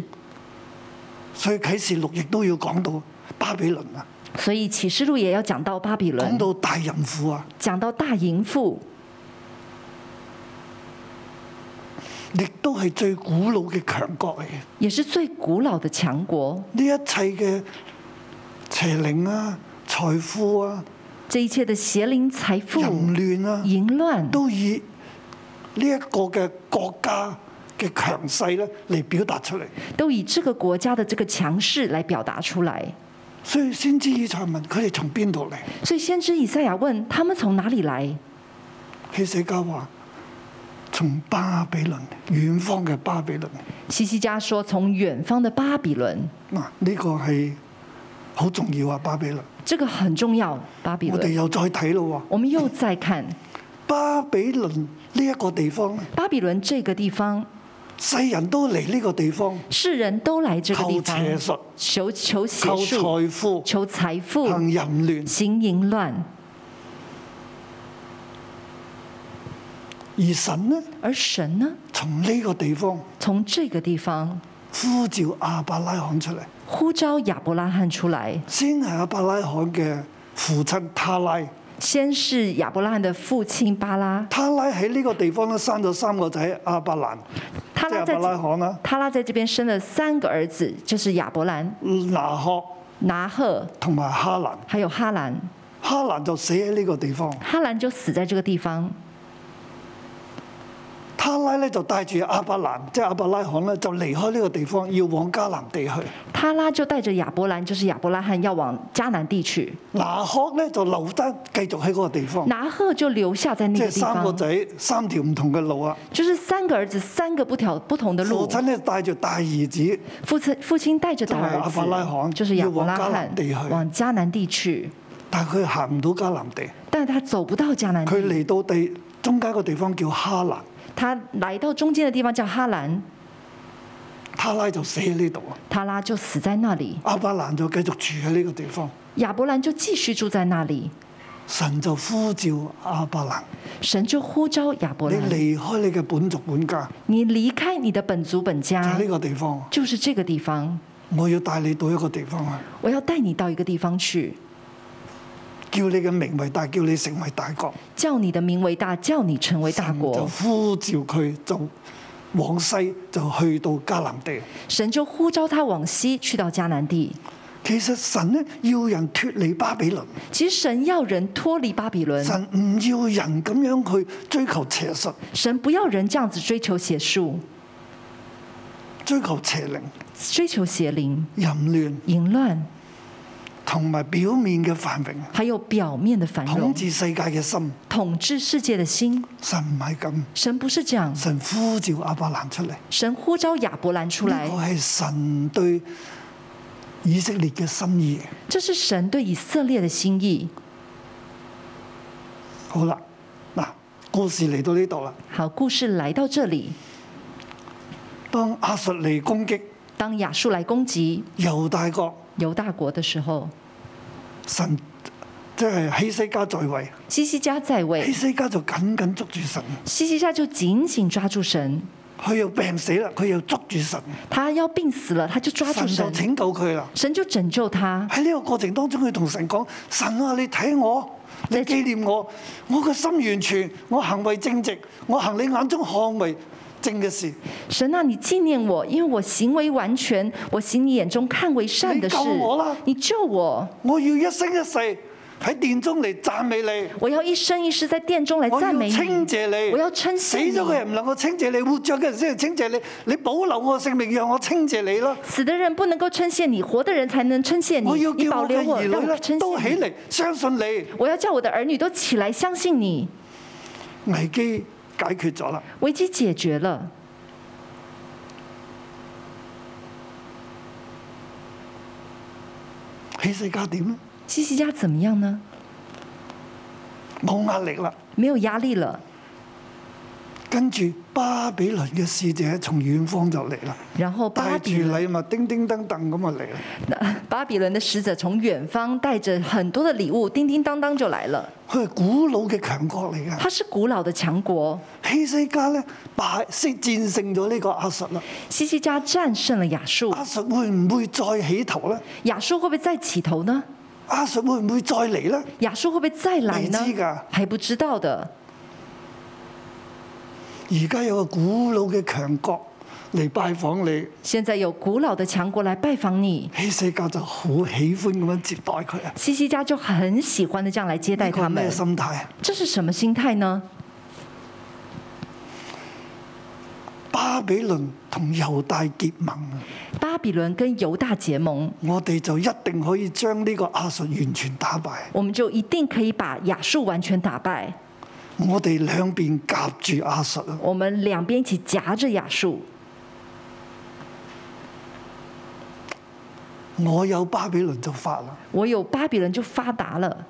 [SPEAKER 2] 所以啟示錄亦都要講到巴比倫啊，
[SPEAKER 3] 所以启示录也要讲到巴比
[SPEAKER 2] 講
[SPEAKER 3] 伦，
[SPEAKER 2] 到大淫婦啊，
[SPEAKER 3] 讲到大淫妇，
[SPEAKER 2] 亦都係最古老嘅強國嚟嘅。
[SPEAKER 3] 也是最古老的强国。
[SPEAKER 2] 呢一切嘅邪靈啊、財富啊、
[SPEAKER 3] 这一切的邪灵、财富
[SPEAKER 2] 淫、
[SPEAKER 3] 嗯
[SPEAKER 2] 亂啊，
[SPEAKER 3] 淫乱，
[SPEAKER 2] 都以呢一個嘅國家嘅強勢咧嚟表達出嚟。
[SPEAKER 3] 都以这个国家的这个强势来表达出来。
[SPEAKER 2] 所以先知以賽問佢哋從邊度嚟？
[SPEAKER 3] 所以先知以赛亚问他们从哪里来，
[SPEAKER 2] 希西家話：從巴比倫，遠方嘅巴比倫。
[SPEAKER 3] 西西家说从远方的巴比伦，
[SPEAKER 2] 嗱，呢個係好重要啊！巴比倫，
[SPEAKER 3] 这个很重要。巴比
[SPEAKER 2] 我哋
[SPEAKER 3] 伦，
[SPEAKER 2] 又再睇咯
[SPEAKER 3] 我们又再看
[SPEAKER 2] 喎。巴比倫呢一個地方咧，
[SPEAKER 3] 巴比伦这个地方，
[SPEAKER 2] 世人都嚟呢個地方
[SPEAKER 3] 世人都来这个
[SPEAKER 2] 求
[SPEAKER 3] 地方
[SPEAKER 2] 邪術、
[SPEAKER 3] 求求邪
[SPEAKER 2] 求
[SPEAKER 3] 术、
[SPEAKER 2] 財富、
[SPEAKER 3] 求财富、
[SPEAKER 2] 行淫亂。
[SPEAKER 3] 行淫乱，
[SPEAKER 2] 而神呢，
[SPEAKER 3] 而神呢，
[SPEAKER 2] 從呢個地方
[SPEAKER 3] 从这个地方
[SPEAKER 2] 呼召亞伯拉罕出嚟，
[SPEAKER 3] 呼召亚伯拉罕出来，
[SPEAKER 2] 先係亞伯拉罕嘅父親他拉。
[SPEAKER 3] 先是亚伯拉罕的父亲巴拉，
[SPEAKER 2] 他拉喺呢個地方咧生咗三個仔亞伯蘭，即係
[SPEAKER 3] 他拉
[SPEAKER 2] 亞
[SPEAKER 3] 在
[SPEAKER 2] 伯拉罕啦、
[SPEAKER 3] 他拉在这边生了三个儿子，就是亚伯兰、
[SPEAKER 2] 拿鶴
[SPEAKER 3] 拿赫
[SPEAKER 2] 同埋哈蘭。
[SPEAKER 3] 还有哈兰。
[SPEAKER 2] 哈蘭就死喺呢個地方，
[SPEAKER 3] 哈兰就死在这个地方，
[SPEAKER 2] 他拉咧就帶住亞伯蘭，即係亞伯拉罕咧，就離開呢個地方，要往迦南地去。
[SPEAKER 3] 他拉就带着亚伯兰，就是亚伯拉罕，要往迦南地去。
[SPEAKER 2] 拿鶴咧就留低，繼續喺嗰個地方，
[SPEAKER 3] 拿赫就留下在那
[SPEAKER 2] 即
[SPEAKER 3] 个
[SPEAKER 2] 係
[SPEAKER 3] 地
[SPEAKER 2] 三個
[SPEAKER 3] 方，
[SPEAKER 2] 仔三條唔同嘅路啊。
[SPEAKER 3] 就是三个儿子，三个不条不同的
[SPEAKER 2] 父
[SPEAKER 3] 路。
[SPEAKER 2] 親咧帶住大兒子，
[SPEAKER 3] 父亲父亲带着大儿
[SPEAKER 2] 就係亚伯拉罕
[SPEAKER 3] 子，就是亚伯拉
[SPEAKER 2] 要往迦
[SPEAKER 3] 罕
[SPEAKER 2] 南地去
[SPEAKER 3] 往迦南地去，
[SPEAKER 2] 但係佢行唔到迦南地，
[SPEAKER 3] 但他走不到迦南
[SPEAKER 2] 佢
[SPEAKER 3] 地，
[SPEAKER 2] 嚟到地中間個地方叫哈蘭，
[SPEAKER 3] 他来到中间的地方叫哈兰，
[SPEAKER 2] 他拉就死喺呢度啊。
[SPEAKER 3] 他拉就死在那里，
[SPEAKER 2] 亞伯蘭就繼續住喺呢個地方，
[SPEAKER 3] 亚伯兰就继续住在那里。
[SPEAKER 2] 神就呼召亞伯蘭，
[SPEAKER 3] 神就呼召亚伯
[SPEAKER 2] 你
[SPEAKER 3] 兰，
[SPEAKER 2] 離開你嘅本族本家，
[SPEAKER 3] 你离开你的本族本
[SPEAKER 2] 就
[SPEAKER 3] 家
[SPEAKER 2] 係呢，個地方。
[SPEAKER 3] 就是这个地方，
[SPEAKER 2] 我要帶你到一個地方啊！
[SPEAKER 3] 我要带你到一个地方去，
[SPEAKER 2] 叫你嘅名為大，叫你成為大國。
[SPEAKER 3] 叫你的名为大，叫你成为大
[SPEAKER 2] 神就
[SPEAKER 3] 国。
[SPEAKER 2] 呼召佢就往西就去到迦南地。
[SPEAKER 3] 神就呼召他往西去到迦南地。
[SPEAKER 2] 其實神咧要人脱離巴比倫，
[SPEAKER 3] 其实神要人脱离巴比伦，
[SPEAKER 2] 神唔要人咁樣去追求邪術、
[SPEAKER 3] 神不要人这样子追求邪术、
[SPEAKER 2] 追求邪靈、
[SPEAKER 3] 追求邪灵、
[SPEAKER 2] 淫亂
[SPEAKER 3] 淫乱，
[SPEAKER 2] 同埋表面嘅繁榮、
[SPEAKER 3] 还有表面的繁
[SPEAKER 2] 統
[SPEAKER 3] 荣、
[SPEAKER 2] 治世界嘅心。
[SPEAKER 3] 统治世界的心。
[SPEAKER 2] 神唔係咁，
[SPEAKER 3] 神不是这样，
[SPEAKER 2] 神呼召亞伯蘭出嚟，呢
[SPEAKER 3] 神呼召亚伯兰出
[SPEAKER 2] 個
[SPEAKER 3] 来，
[SPEAKER 2] 係神對以色列嘅心意。
[SPEAKER 3] 这是神对以色列的心意。
[SPEAKER 2] 好啦，嗱，故事嚟到呢度啦。
[SPEAKER 3] 好，故事来到这里，
[SPEAKER 2] 當阿述嚟攻擊
[SPEAKER 3] 当亚述来攻击
[SPEAKER 2] 猶大國，
[SPEAKER 3] 犹大国的时候，
[SPEAKER 2] 神即係希西家在位，
[SPEAKER 3] 西西家在
[SPEAKER 2] 希
[SPEAKER 3] 位，
[SPEAKER 2] 西家就緊緊捉住神。
[SPEAKER 3] 西西家就紧紧抓住神，
[SPEAKER 2] 佢又病死啦，佢又捉住神，
[SPEAKER 3] 他要病死了，他就抓住
[SPEAKER 2] 神就
[SPEAKER 3] 神，
[SPEAKER 2] 拯救佢啦。
[SPEAKER 3] 神就拯救他。
[SPEAKER 2] 喺呢個過程當中，佢同神講：神啊，你睇我，你
[SPEAKER 3] 即係
[SPEAKER 2] 紀念我，我個心完全，我行為正直，我行你眼中看為正嘅事。
[SPEAKER 3] 神啊，你纪念我，因为我行为完全，我行你眼中看为善的事
[SPEAKER 2] 你救我啦。
[SPEAKER 3] 你救我，
[SPEAKER 2] 我要一生一世喺殿中嚟讚美你，
[SPEAKER 3] 我要一生一世在殿中来
[SPEAKER 2] 我要
[SPEAKER 3] 赞美
[SPEAKER 2] 稱
[SPEAKER 3] 你。
[SPEAKER 2] 謝你。
[SPEAKER 3] 我要稱謝
[SPEAKER 2] 死
[SPEAKER 3] 你
[SPEAKER 2] 咗嘅人唔能夠稱謝你，活着嘅人先係稱謝你。你保留我性命，讓我稱謝你啦。
[SPEAKER 3] 死的人不能够称谢你，活的人才能称谢你
[SPEAKER 2] 我要。
[SPEAKER 3] 你
[SPEAKER 2] 叫
[SPEAKER 3] 保
[SPEAKER 2] 我
[SPEAKER 3] 留
[SPEAKER 2] 嘅
[SPEAKER 3] 我，
[SPEAKER 2] 兒
[SPEAKER 3] 让
[SPEAKER 2] 女
[SPEAKER 3] 我
[SPEAKER 2] 咧
[SPEAKER 3] 称
[SPEAKER 2] 都
[SPEAKER 3] 谢
[SPEAKER 2] 起
[SPEAKER 3] 你。
[SPEAKER 2] 嚟，相信你。
[SPEAKER 3] 我要叫我的儿女都起来相信你。
[SPEAKER 2] 危機解決咗啦。
[SPEAKER 3] 危机解决了，
[SPEAKER 2] 希西家點咧？
[SPEAKER 3] 西西家怎么样呢？
[SPEAKER 2] 冇壓力啦。
[SPEAKER 3] 没有压力了。
[SPEAKER 2] 跟住巴比倫嘅使者從遠方就嚟啦，
[SPEAKER 3] 然后巴
[SPEAKER 2] 帶住
[SPEAKER 3] 比伦
[SPEAKER 2] 禮物叮叮噹噹咁啊嚟啦。
[SPEAKER 3] 巴比伦的使者从远方带着很多的礼物，叮叮当当就来了。
[SPEAKER 2] 佢係古老嘅強國嚟嘅，
[SPEAKER 3] 他是古老的强国，
[SPEAKER 2] 希西家咧敗先戰勝咗呢個亞述啦。
[SPEAKER 3] 西西家战胜了亚述。
[SPEAKER 2] 亞述會唔會再起頭咧？
[SPEAKER 3] 亚述会不会再起头呢？
[SPEAKER 2] 亞述會唔會再嚟咧？
[SPEAKER 3] 亚述会不会再来呢
[SPEAKER 2] 未知㗎？
[SPEAKER 3] 还不知道的。
[SPEAKER 2] 而家有個古老嘅強國嚟拜訪你，
[SPEAKER 3] 现在有古老的强国来拜访你，
[SPEAKER 2] 希西家就好喜歡咁樣接待佢啊！
[SPEAKER 3] 西西家就很喜欢的这样来接待
[SPEAKER 2] 呢個係
[SPEAKER 3] 他
[SPEAKER 2] 咩
[SPEAKER 3] 们。
[SPEAKER 2] 心態啊？
[SPEAKER 3] 这是什么心态呢？
[SPEAKER 2] 巴比倫同猶大結盟啊！
[SPEAKER 3] 巴比伦跟犹大结盟，
[SPEAKER 2] 我哋就一定可以將呢個亞述完全打敗。
[SPEAKER 3] 我们就一定可以把亚述完全打败。
[SPEAKER 2] 我哋兩邊夾住亞述啊！
[SPEAKER 3] 我们两边一起夹着亚述，
[SPEAKER 2] 我有巴比倫就發啦，
[SPEAKER 3] 我有巴比伦就发达了。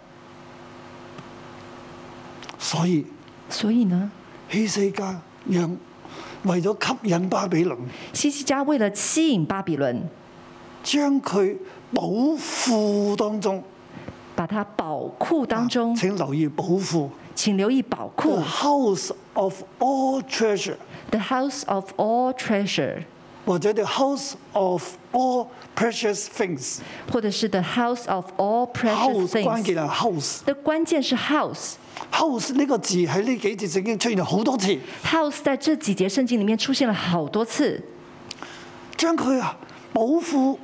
[SPEAKER 2] 所以
[SPEAKER 3] 所以呢，
[SPEAKER 2] 希西家讓為咗吸引巴比倫，
[SPEAKER 3] 西西家为了吸引巴比伦，
[SPEAKER 2] 將佢寶庫當中，啊
[SPEAKER 3] 把它宝库当中，
[SPEAKER 2] 請留意寶庫
[SPEAKER 3] 请留意宝库
[SPEAKER 2] The House of All Treasure
[SPEAKER 3] ，the house of all treasure，
[SPEAKER 2] 或者 The House of All Precious Things。
[SPEAKER 3] 或者是 the house of all precious
[SPEAKER 2] House 關
[SPEAKER 3] things。
[SPEAKER 2] 鍵係 house。
[SPEAKER 3] 的关键是 house。
[SPEAKER 2] house 呢個字喺呢幾節聖經出現好多次，
[SPEAKER 3] House 在这几节圣经里面出现了好多次，
[SPEAKER 2] 將佢啊寶庫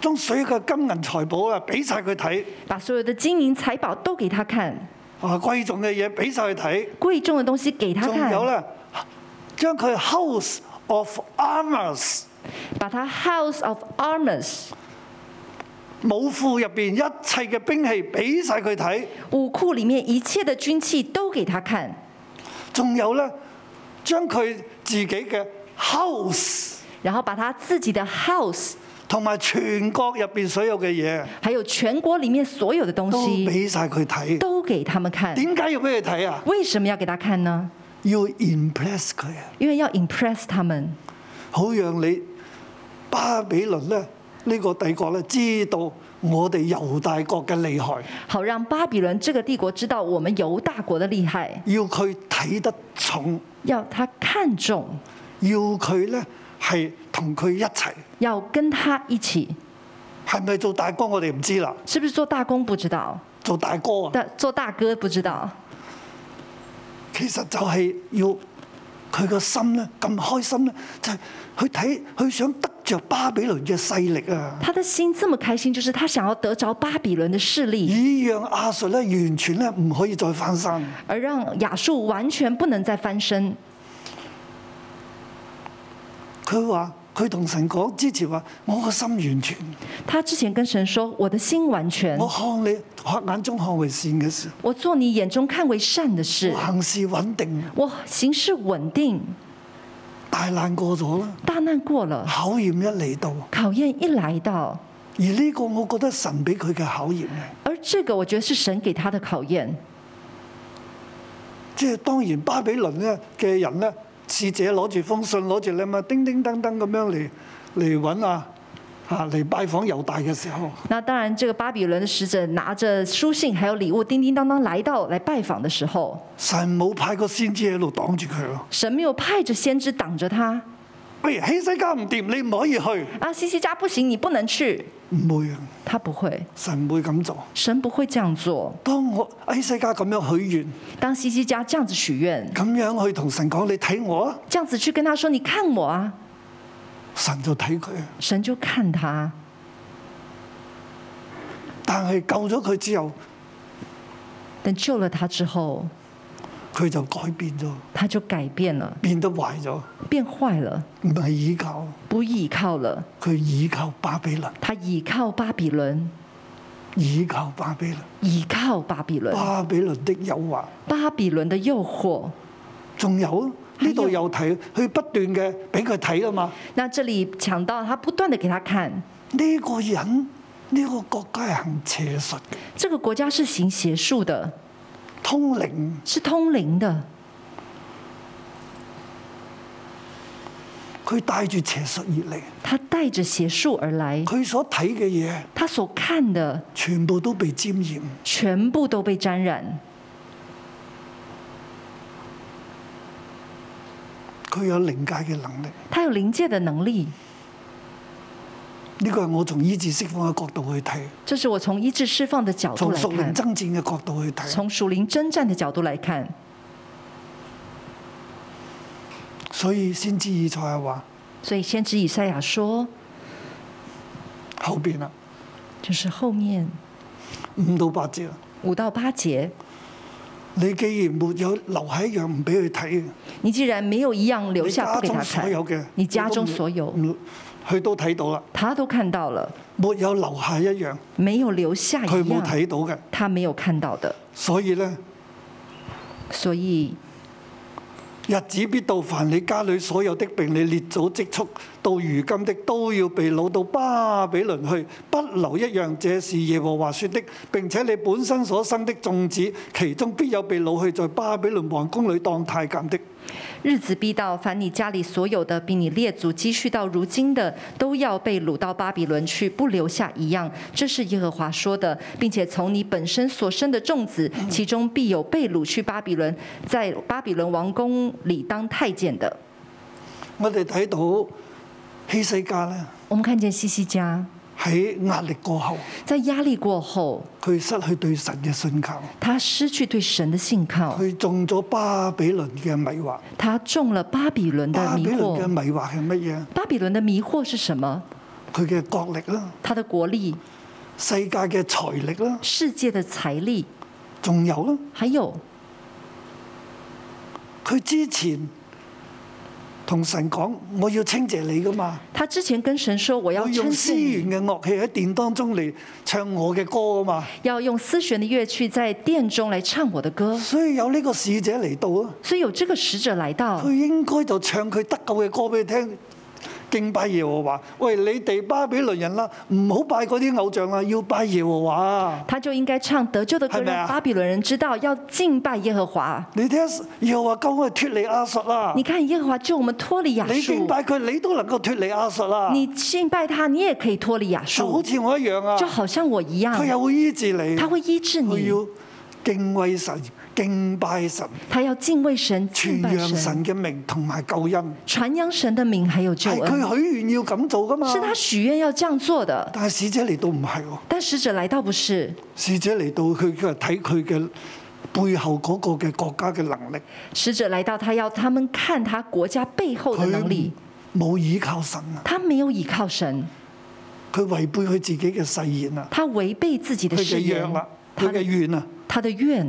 [SPEAKER 2] 將所有嘅金銀財寶啊俾晒佢睇。
[SPEAKER 3] 把所有的金银财宝都给他看，
[SPEAKER 2] 啊貴重嘅嘢俾晒佢睇，
[SPEAKER 3] 贵重的东西给他
[SPEAKER 2] 仲有
[SPEAKER 3] 看，
[SPEAKER 2] 咧，將佢 House of Armors
[SPEAKER 3] 把他 House of Armors
[SPEAKER 2] 武庫入邊一切嘅兵器俾晒佢睇，
[SPEAKER 3] 武库里面一切的军器都给他看，
[SPEAKER 2] 仲有咧，將佢自己嘅 House
[SPEAKER 3] 然后把他自己的 House，
[SPEAKER 2] 同埋全國入邊所有嘅嘢
[SPEAKER 3] 还有全国里面所有的东
[SPEAKER 2] 都
[SPEAKER 3] 西
[SPEAKER 2] 俾晒佢睇。
[SPEAKER 3] 都给他们看。
[SPEAKER 2] 點解要俾佢睇啊？
[SPEAKER 3] 为什么要给他看呢？
[SPEAKER 2] 要 impress 佢啊，
[SPEAKER 3] 因为要 impress 他们，
[SPEAKER 2] 好讓你巴比倫咧呢、個帝國咧知道我哋猶大國嘅厲害，
[SPEAKER 3] 好让巴比伦这个帝国知道我们犹大国的厉害，
[SPEAKER 2] 要佢睇得重。
[SPEAKER 3] 要他看重，
[SPEAKER 2] 要佢咧係同佢一齊，
[SPEAKER 3] 要跟他一起。
[SPEAKER 2] 係咪做大哥我哋唔知啦。
[SPEAKER 3] 是不是做大工不知道，
[SPEAKER 2] 做大哥啊，
[SPEAKER 3] 但做大哥不知道，
[SPEAKER 2] 其實就係要佢個心咧咁開心咧，就係佢睇佢想得着巴比倫嘅勢力啊，
[SPEAKER 3] 他的心这么开心，就是他想要得着巴比伦的势力，
[SPEAKER 2] 以讓亞述咧完全咧唔可以再翻身。
[SPEAKER 3] 而让亚述完全不能再翻身。
[SPEAKER 2] 佢話佢同神講之前話：我個心完全，
[SPEAKER 3] 他之前跟神说：“我的心完全
[SPEAKER 2] 我，看你看眼中看為善嘅事，
[SPEAKER 3] 我做你眼中看为善的事
[SPEAKER 2] 我，行事穩定，
[SPEAKER 3] 我行事稳定。
[SPEAKER 2] 大難過咗啦，
[SPEAKER 3] 大难过了，
[SPEAKER 2] 考驗一嚟到，
[SPEAKER 3] 考验一来到，
[SPEAKER 2] 而呢個我覺得神俾佢嘅考驗嘅。
[SPEAKER 3] 而这个我觉得是神给他的考验。
[SPEAKER 2] 即係當然巴比倫咧嘅人咧，使者攞住封信，攞住禮物，叮叮當當咁樣嚟嚟揾啊嚇嚟拜訪猶大嘅時候，
[SPEAKER 3] 那当然，这个巴比伦的使者拿着书信还有礼物，叮叮当当来到来拜访的时候，
[SPEAKER 2] 神冇派個先知喺度擋住佢咯。
[SPEAKER 3] 神没有派着先知挡着他
[SPEAKER 2] 喂，希西家唔掂，你唔可以去，
[SPEAKER 3] 啊，西西家不行，你不能去。
[SPEAKER 2] 唔會啊，
[SPEAKER 3] 他不会，
[SPEAKER 2] 神唔會咁做。
[SPEAKER 3] 神不会这样做。
[SPEAKER 2] 當我哎希西家咁樣許願，
[SPEAKER 3] 当西西家这样子许愿，
[SPEAKER 2] 咁樣去同神講你睇我啊，
[SPEAKER 3] 这样子去跟他说：“你看我啊！”
[SPEAKER 2] 神就睇佢啊。
[SPEAKER 3] 神就看他。
[SPEAKER 2] 但係救咗佢之後，
[SPEAKER 3] 等救了他之后，
[SPEAKER 2] 佢就改變咗，
[SPEAKER 3] 他就改變了，
[SPEAKER 2] 變得壞咗，
[SPEAKER 3] 变坏了，
[SPEAKER 2] 唔係依靠，
[SPEAKER 3] 不依靠了。
[SPEAKER 2] 佢依靠巴比倫，
[SPEAKER 3] 他倚靠巴比伦，
[SPEAKER 2] 依靠巴比倫。
[SPEAKER 3] 倚靠巴比伦，
[SPEAKER 2] 巴比倫的誘惑，
[SPEAKER 3] 巴比伦的诱惑。
[SPEAKER 2] 仲有啊呢度又睇，佢不斷嘅俾佢睇啊嘛。
[SPEAKER 3] 那这里讲到他不断的给他看，
[SPEAKER 2] 呢、個人呢、個國家係行邪術嘅，
[SPEAKER 3] 这个国家是行邪术的，
[SPEAKER 2] 通靈
[SPEAKER 3] 是通灵的，
[SPEAKER 2] 佢帶住邪術而嚟，
[SPEAKER 3] 他带着邪术而来，
[SPEAKER 2] 佢所睇嘅嘢
[SPEAKER 3] 他所看的
[SPEAKER 2] 全部都被沾染。
[SPEAKER 3] 全部都被沾染。
[SPEAKER 2] 佢有靈界嘅能力，
[SPEAKER 3] 他有灵界的能力，
[SPEAKER 2] 呢個係我從醫治釋放嘅角度去睇，
[SPEAKER 3] 这是我从医治释放的角
[SPEAKER 2] 從
[SPEAKER 3] 度来
[SPEAKER 2] 屬
[SPEAKER 3] 看
[SPEAKER 2] 靈，爭戰嘅角度去睇。
[SPEAKER 3] 从属灵征战的角度来看，
[SPEAKER 2] 所以先知以賽亞話
[SPEAKER 3] 所以先知以赛亚说，
[SPEAKER 2] 後邊啦，
[SPEAKER 3] 就是后面
[SPEAKER 2] 五到八節啦。啊
[SPEAKER 3] 五到八节，
[SPEAKER 2] 你既然沒有留喺一樣唔俾佢睇嘅。
[SPEAKER 3] 你既然没有一样留下不给
[SPEAKER 2] 你家
[SPEAKER 3] 他
[SPEAKER 2] 中所
[SPEAKER 3] 看
[SPEAKER 2] 有嘅，，
[SPEAKER 3] 你家中所有
[SPEAKER 2] 嗯，佢都睇到啦，
[SPEAKER 3] 他都看到了，
[SPEAKER 2] 沒有留下一樣，
[SPEAKER 3] 没有留下
[SPEAKER 2] 佢
[SPEAKER 3] 一
[SPEAKER 2] 冇
[SPEAKER 3] 样
[SPEAKER 2] 睇到嘅，
[SPEAKER 3] 他没有看到的，
[SPEAKER 2] 所以咧，
[SPEAKER 3] 所以
[SPEAKER 2] 日子必到，凡你家裏所有的並你列祖積蓄到如今的，都要被擄到巴比倫去，不留一樣。這是耶和華說的。並且你本身所生的眾子，其中必有被擄去在巴比倫王宮裏當太監的。
[SPEAKER 3] 日子必到，凡你家里所有的，比你列祖积蓄到如今的，都要被掳到巴比伦去，不留下一样。这是耶和华说的，并且从你本身所生的众子，其中必有被掳去巴比伦，在巴比伦王宫里当太监的。
[SPEAKER 2] 我哋睇到希西家咧
[SPEAKER 3] 我们看见西西家
[SPEAKER 2] 喺壓力過後，
[SPEAKER 3] 在压力过后，
[SPEAKER 2] 佢失去對神嘅信靠。
[SPEAKER 3] 他失去对神的信靠，
[SPEAKER 2] 佢中咗巴比倫嘅迷惑。
[SPEAKER 3] 他中了巴比伦的
[SPEAKER 2] 巴比
[SPEAKER 3] 迷
[SPEAKER 2] 倫嘅
[SPEAKER 3] 惑。
[SPEAKER 2] 迷惑係乜嘢？
[SPEAKER 3] 巴比伦的迷惑是什么？
[SPEAKER 2] 佢嘅國力啦，
[SPEAKER 3] 他的国力、
[SPEAKER 2] 世界嘅財力啦，
[SPEAKER 3] 世界的财力，
[SPEAKER 2] 仲有啦，
[SPEAKER 3] 还有
[SPEAKER 2] 佢之前同神講：我要稱謝你噶嘛，
[SPEAKER 3] 他之前跟神说：“我
[SPEAKER 2] 我
[SPEAKER 3] 要
[SPEAKER 2] 用
[SPEAKER 3] 称
[SPEAKER 2] 思
[SPEAKER 3] 谢你
[SPEAKER 2] 源嘅樂器喺殿當中嚟唱我嘅歌噶嘛。
[SPEAKER 3] 要用丝弦的乐器在殿中来唱我的歌。
[SPEAKER 2] 所以有呢個使者嚟到啊，”
[SPEAKER 3] 所以有这个使者来到
[SPEAKER 2] 佢，應該就唱佢得救嘅歌俾你聽。敬拜耶和華，喂你哋巴比倫人啦，唔好拜嗰啲偶像啦，要拜耶和華啊。
[SPEAKER 3] 他就应该唱得救的歌，
[SPEAKER 2] 是不是啊啊
[SPEAKER 3] 让巴比伦人知道要敬拜耶和华。
[SPEAKER 2] 你聽下耶和華救我哋脱離亞述啦。
[SPEAKER 3] 你看，耶和华救我们脱离亚
[SPEAKER 2] 你敬
[SPEAKER 3] 述，
[SPEAKER 2] 拜佢，你都能夠脱離亞述啦。
[SPEAKER 3] 你敬拜他，你也可以脱离亚
[SPEAKER 2] 就好
[SPEAKER 3] 述，
[SPEAKER 2] 似我一樣啊
[SPEAKER 3] 就，好像我一样
[SPEAKER 2] 佢，又會醫治你，
[SPEAKER 3] 他会医治
[SPEAKER 2] 佢
[SPEAKER 3] 你，
[SPEAKER 2] 要敬畏神、敬拜神、
[SPEAKER 3] 他要敬畏神、敬
[SPEAKER 2] 傳
[SPEAKER 3] 拜
[SPEAKER 2] 揚
[SPEAKER 3] 神，
[SPEAKER 2] 神嘅名同埋救恩，
[SPEAKER 3] 传扬神的名，还有救
[SPEAKER 2] 係
[SPEAKER 3] 恩，
[SPEAKER 2] 佢許願要咁做噶嘛。
[SPEAKER 3] 是他许愿要这样做的。
[SPEAKER 2] 但係使者嚟到唔係喎，
[SPEAKER 3] 但使者来到不是，
[SPEAKER 2] 使者嚟到佢佢係睇佢嘅背後嗰個嘅國家嘅能力，
[SPEAKER 3] 使者来到，他要他们看他国家背后的能力，
[SPEAKER 2] 冇倚靠神啊！
[SPEAKER 3] 他没有倚靠神，
[SPEAKER 2] 佢違背佢自己嘅誓言啊，
[SPEAKER 3] 他违背自己
[SPEAKER 2] 佢
[SPEAKER 3] 的
[SPEAKER 2] 嘅
[SPEAKER 3] 誓
[SPEAKER 2] 約
[SPEAKER 3] 言
[SPEAKER 2] 啦，，佢
[SPEAKER 3] 他
[SPEAKER 2] 嘅
[SPEAKER 3] 的
[SPEAKER 2] 願啊，
[SPEAKER 3] 他的愿，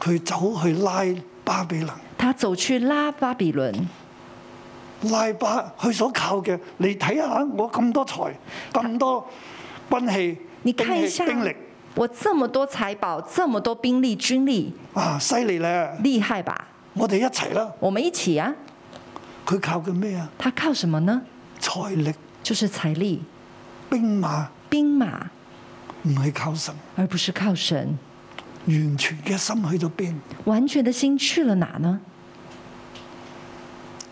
[SPEAKER 2] 佢走去拉巴比倫，
[SPEAKER 3] 他走去拉巴比伦，
[SPEAKER 2] 拉巴佢所靠嘅，你睇下我咁多財，咁多軍器，
[SPEAKER 3] 你看一下
[SPEAKER 2] 兵器兵力
[SPEAKER 3] 我这么多财宝，这么多兵力军力，
[SPEAKER 2] 啊，犀利咧！
[SPEAKER 3] 厉害吧？
[SPEAKER 2] 我哋一齊啦，
[SPEAKER 3] 我们一起啊！
[SPEAKER 2] 佢靠嘅咩啊？
[SPEAKER 3] 他靠什么呢？
[SPEAKER 2] 財力、
[SPEAKER 3] 就是财力、
[SPEAKER 2] 兵馬，
[SPEAKER 3] 兵马，
[SPEAKER 2] 唔係靠神，
[SPEAKER 3] 而不是靠神。
[SPEAKER 2] 完全嘅心去到邊，
[SPEAKER 3] 完全的心去了哪呢？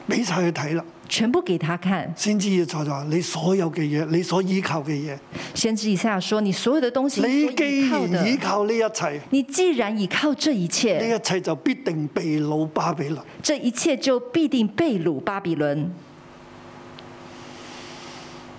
[SPEAKER 2] 俾晒佢睇啦。
[SPEAKER 3] 全部给他看。
[SPEAKER 2] 先知要才就話：你所有嘅嘢，你所依靠嘅嘢，
[SPEAKER 3] 先知以赛亚说：“你所有的东西，
[SPEAKER 2] 你
[SPEAKER 3] 所
[SPEAKER 2] 既
[SPEAKER 3] 依靠
[SPEAKER 2] 然
[SPEAKER 3] 的
[SPEAKER 2] 依，靠呢一切。
[SPEAKER 3] 你既然倚靠这一切，
[SPEAKER 2] 呢一切就必定被掳巴比倫。
[SPEAKER 3] 这一切就必定被掳巴比伦。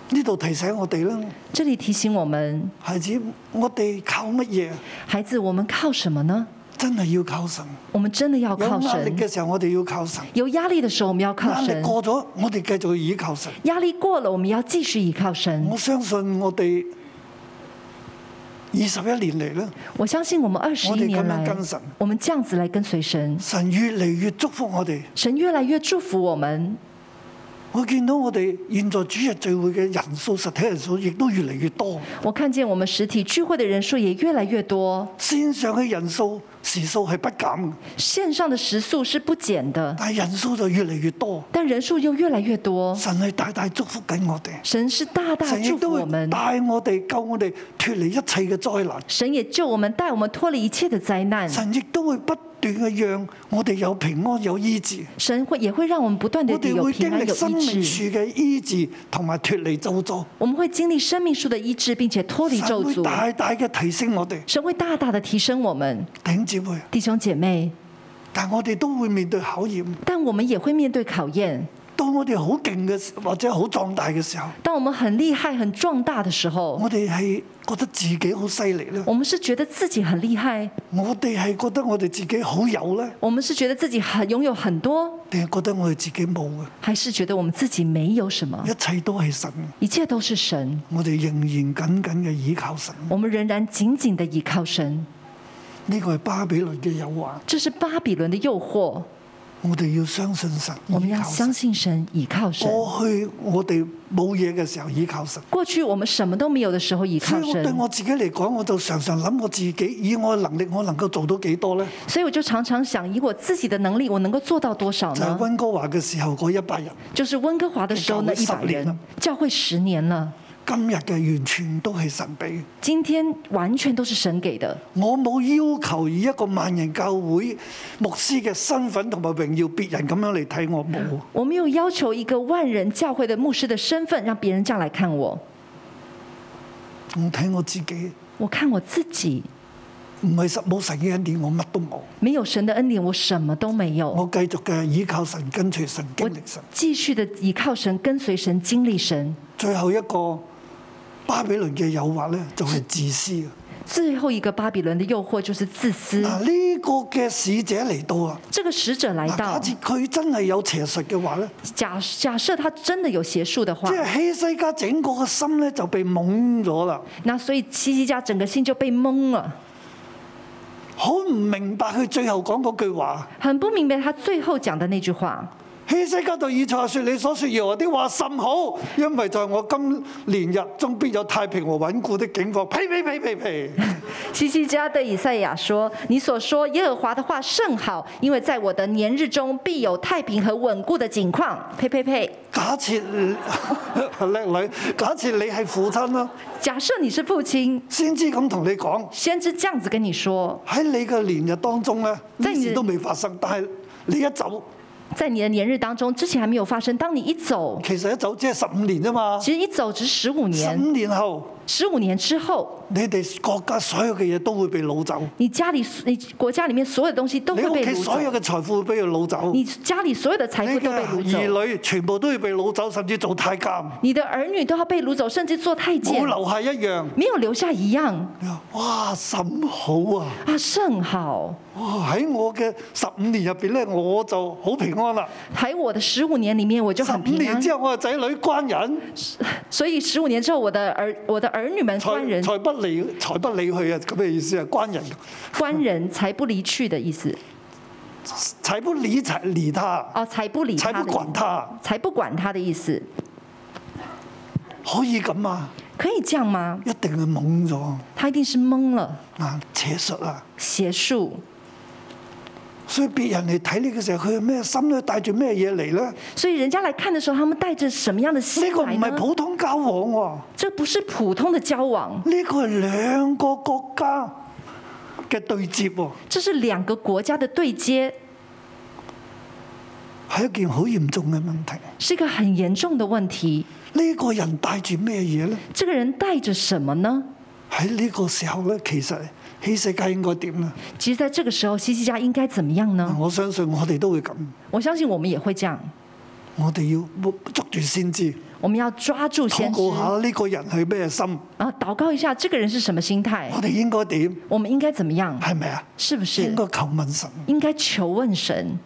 [SPEAKER 2] 呢度提醒我哋啦，”
[SPEAKER 3] 这里提醒我们，
[SPEAKER 2] 孩子，我哋靠乜嘢？
[SPEAKER 3] 孩子，我们靠什么呢？
[SPEAKER 2] 真係要靠神。
[SPEAKER 3] 我们真的要
[SPEAKER 2] 有
[SPEAKER 3] 靠
[SPEAKER 2] 壓力
[SPEAKER 3] 神。
[SPEAKER 2] 嘅時候，我哋要靠神。
[SPEAKER 3] 有压力的时候，我们要靠
[SPEAKER 2] 壓力
[SPEAKER 3] 神；
[SPEAKER 2] 過咗，我哋繼續倚靠神。
[SPEAKER 3] 压力过了，我们要继续依靠神。
[SPEAKER 2] 我相信我哋二十一年嚟咧，
[SPEAKER 3] 我相信我们二十
[SPEAKER 2] 我
[SPEAKER 3] 一
[SPEAKER 2] 哋咁
[SPEAKER 3] 年
[SPEAKER 2] 樣
[SPEAKER 3] 来
[SPEAKER 2] 跟神，
[SPEAKER 3] 我们这样子来跟随神，
[SPEAKER 2] 神越嚟越祝福我哋。
[SPEAKER 3] 神越来越祝福我们。
[SPEAKER 2] 我見到我哋現在主日聚會嘅人數、實體人數亦都越嚟越多，
[SPEAKER 3] 我看见我们实体聚会的人数也越来越多，
[SPEAKER 2] 線上嘅人數時數係不減嘅，
[SPEAKER 3] 线上的时速是不减的，
[SPEAKER 2] 但係人數就越嚟越多。
[SPEAKER 3] 但人数又越来越多。
[SPEAKER 2] 神係大大祝福緊我哋。
[SPEAKER 3] 神是大大
[SPEAKER 2] 神亦
[SPEAKER 3] 祝福
[SPEAKER 2] 都
[SPEAKER 3] 我
[SPEAKER 2] 會
[SPEAKER 3] 们，
[SPEAKER 2] 帶我哋救我哋脱離一切嘅災難。
[SPEAKER 3] 神也救我们，带我们脱离一切的灾难。
[SPEAKER 2] 神亦都會不斷嘅讓我哋有平安有醫治，
[SPEAKER 3] 神会也会让我们不断的
[SPEAKER 2] 我哋
[SPEAKER 3] 有
[SPEAKER 2] 會
[SPEAKER 3] 平
[SPEAKER 2] 經
[SPEAKER 3] 安
[SPEAKER 2] 歷
[SPEAKER 3] 有
[SPEAKER 2] 生命
[SPEAKER 3] 医
[SPEAKER 2] 樹
[SPEAKER 3] 治，
[SPEAKER 2] 嘅醫治同埋脱離咒詛。
[SPEAKER 3] 我们会经历生命树的医治，并且脱离咒
[SPEAKER 2] 神會
[SPEAKER 3] 诅。
[SPEAKER 2] 大大嘅提升我哋
[SPEAKER 3] 神会大大的提升我们，
[SPEAKER 2] 頂姊妹，
[SPEAKER 3] 弟兄姐妹。
[SPEAKER 2] 但我哋都會面對考驗。
[SPEAKER 3] 但我们也会面对考验。
[SPEAKER 2] 當我哋好勁嘅時或者好壯大嘅時候，
[SPEAKER 3] 当我们很厉害、很壮大的时候，
[SPEAKER 2] 我哋係覺得自己好犀利咧，
[SPEAKER 3] 我们是觉得自己很厉害，
[SPEAKER 2] 我哋係覺得我哋自己好有咧，
[SPEAKER 3] 我們是覺得自己很擁有很多，
[SPEAKER 2] 定係覺得我哋自己冇嘅？
[SPEAKER 3] 還是覺得我們自己沒有什麼？
[SPEAKER 2] 一切都係神，
[SPEAKER 3] 一切都是神，
[SPEAKER 2] 我哋仍然緊緊嘅倚靠神。
[SPEAKER 3] 我們仍然緊緊的依靠神。
[SPEAKER 2] 呢個係巴比倫嘅誘惑，
[SPEAKER 3] 这是巴比倫的誘惑，
[SPEAKER 2] 我哋要相信神，
[SPEAKER 3] 我們
[SPEAKER 2] 依
[SPEAKER 3] 要
[SPEAKER 2] 靠
[SPEAKER 3] 相
[SPEAKER 2] 神。哦
[SPEAKER 3] 信神，依靠神。
[SPEAKER 2] 過去我哋冇嘢嘅時候依靠神，
[SPEAKER 3] 過去我們什麼都沒有的時候依
[SPEAKER 2] 所
[SPEAKER 3] 靠
[SPEAKER 2] 以我對
[SPEAKER 3] 神，
[SPEAKER 2] 我自己嚟講，我就常常諗我自己，以我嘅能力，我能夠做到幾多呢？
[SPEAKER 3] 所以我就常常想，以我自己的能力，我能夠做到多少
[SPEAKER 2] 就係
[SPEAKER 3] 呢？
[SPEAKER 2] 温哥華嘅時候嗰一百人，
[SPEAKER 3] 就是温哥華的時候那一
[SPEAKER 2] 教會
[SPEAKER 3] 百
[SPEAKER 2] 十年了
[SPEAKER 3] 人，教會十年了，
[SPEAKER 2] 今日嘅完全都係神俾。
[SPEAKER 3] 今天完全都是神給的。
[SPEAKER 2] 我冇要求以一個萬人教會牧師嘅身份同埋榮耀別人咁樣嚟睇我冇。
[SPEAKER 3] 我沒有要求一個萬人教會的牧師的身份，讓別人這樣來看我。嗯
[SPEAKER 2] 我睇我自己，
[SPEAKER 3] 我看我自己，
[SPEAKER 2] 唔係實冇神嘅恩典，我乜都冇。
[SPEAKER 3] 没有神的恩典，我什么都没有。
[SPEAKER 2] 我繼續嘅依靠神，跟隨神，經
[SPEAKER 3] 我
[SPEAKER 2] 歷神。
[SPEAKER 3] 继续的依靠神，跟随神，经历神。
[SPEAKER 2] 最後一個巴比倫嘅誘惑咧，就係自私啊！
[SPEAKER 3] 最后一个巴比伦的诱惑就是自私。
[SPEAKER 2] 嗱，啊呢個嘅使者嚟到啊，
[SPEAKER 3] 这个使者来
[SPEAKER 2] 嗱，假
[SPEAKER 3] 到，
[SPEAKER 2] 設佢真係有邪術嘅話咧，
[SPEAKER 3] 假假设他真的有邪术的话
[SPEAKER 2] 即，係希西家整個個心咧就被懵咗啦，
[SPEAKER 3] 那所以西西家整个心就被蒙了，
[SPEAKER 2] 好唔明白佢最後講嗰句話。
[SPEAKER 3] 很不明白他最后講的那句話。
[SPEAKER 2] 希西家對以賽亞說：你所說耶和華的話甚好，因為在我今年日中必有太平和穩固的境況。呸呸呸呸呸！
[SPEAKER 3] 西西家对以赛亚说：“你所说耶和华的话甚好，因为在我的年日中必有太平和稳固的景况。”呸呸呸！
[SPEAKER 2] 假設 叻女，假設你係父親啦，
[SPEAKER 3] 假设你是父亲，
[SPEAKER 2] 先知咁同你講。
[SPEAKER 3] 先知这样子跟你说，
[SPEAKER 2] 喺你嘅年日當中咧，
[SPEAKER 3] 即係
[SPEAKER 2] 呢事都未發生，但係你一走，
[SPEAKER 3] 在你的年日当中，之前还没有发生。当你一走，
[SPEAKER 2] 其實一走只係十五年啫嘛。
[SPEAKER 3] 其实一走只十五
[SPEAKER 2] 十
[SPEAKER 3] 年，
[SPEAKER 2] 五年後，
[SPEAKER 3] 十五年之后，
[SPEAKER 2] 你哋國家所有嘅嘢都會被擄走，
[SPEAKER 3] 你家里你国家里面所有的东西都
[SPEAKER 2] 你
[SPEAKER 3] 会
[SPEAKER 2] 屋
[SPEAKER 3] 被
[SPEAKER 2] 企
[SPEAKER 3] 掳
[SPEAKER 2] 所有
[SPEAKER 3] 走，
[SPEAKER 2] 嘅財富會被佢擄走，
[SPEAKER 3] 你家里所有的财
[SPEAKER 2] 你
[SPEAKER 3] 富都被
[SPEAKER 2] 嘅
[SPEAKER 3] 掳走，
[SPEAKER 2] 兒女全部都會被擄走，甚至做太監，
[SPEAKER 3] 你的儿女都要被掳走，甚至做太监
[SPEAKER 2] 冇，留下一樣。
[SPEAKER 3] 没有留下一样
[SPEAKER 2] 哇，甚好啊！
[SPEAKER 3] 啊，甚好。
[SPEAKER 2] 哇，喺我嘅十五年入邊咧，我就好平安啦。
[SPEAKER 3] 喺我的十五年里面，我就
[SPEAKER 2] 十
[SPEAKER 3] 很
[SPEAKER 2] 五
[SPEAKER 3] 平
[SPEAKER 2] 年
[SPEAKER 3] 安。
[SPEAKER 2] 之後，我嘅仔女關人，
[SPEAKER 3] 所以十五年之后，我的儿我的儿女们官
[SPEAKER 2] 才
[SPEAKER 3] 人
[SPEAKER 2] 才不離才不理佢啊！咁嘅意思啊，關人，
[SPEAKER 3] 官人才不离去的意思
[SPEAKER 2] 才不理才理他，
[SPEAKER 3] 哦，才不理
[SPEAKER 2] 才
[SPEAKER 3] 他
[SPEAKER 2] 不
[SPEAKER 3] 的
[SPEAKER 2] 管他，
[SPEAKER 3] 才不管他的意思，
[SPEAKER 2] 可以咁啊！
[SPEAKER 3] 可以这样吗？
[SPEAKER 2] 一定係懵咗
[SPEAKER 3] 他一定是懵了，
[SPEAKER 2] 啊，邪術啊！
[SPEAKER 3] 邪术。
[SPEAKER 2] 所以別人嚟睇你嘅時候，佢係咩心咧？帶住咩嘢嚟咧？
[SPEAKER 3] 所以人家来看的时候，他们带着什么样的
[SPEAKER 2] 呢
[SPEAKER 3] 心
[SPEAKER 2] 個
[SPEAKER 3] 来
[SPEAKER 2] 唔
[SPEAKER 3] 呢？
[SPEAKER 2] 係普通交往喎、
[SPEAKER 3] 这不是普通的交往，
[SPEAKER 2] 呢個係兩個國家嘅對接喎、
[SPEAKER 3] 这是两个国家的对接，
[SPEAKER 2] 係一件好嚴重嘅問題。
[SPEAKER 3] 是一个很严重的问题。
[SPEAKER 2] 呢、個人帶住咩嘢咧？
[SPEAKER 3] 这个人带着什么呢？
[SPEAKER 2] 喺呢個時候咧，其實希世界應該點咧？啊
[SPEAKER 3] 其实，在这个时候，西西家应该怎么样呢？
[SPEAKER 2] 我相信我哋都會咁，
[SPEAKER 3] 我相信我们也会这样。
[SPEAKER 2] 我哋要捉住先知，
[SPEAKER 3] 我们要抓住
[SPEAKER 2] 禱
[SPEAKER 3] 先知，
[SPEAKER 2] 告下呢個人係咩心，
[SPEAKER 3] 然後祷告一下这个人是什么心态
[SPEAKER 2] 我，哋應該點？
[SPEAKER 3] 我们应该怎么样？
[SPEAKER 2] 係咪啊？
[SPEAKER 3] 是不
[SPEAKER 2] 應
[SPEAKER 3] 是
[SPEAKER 2] 該求問神，
[SPEAKER 3] 应该求问神，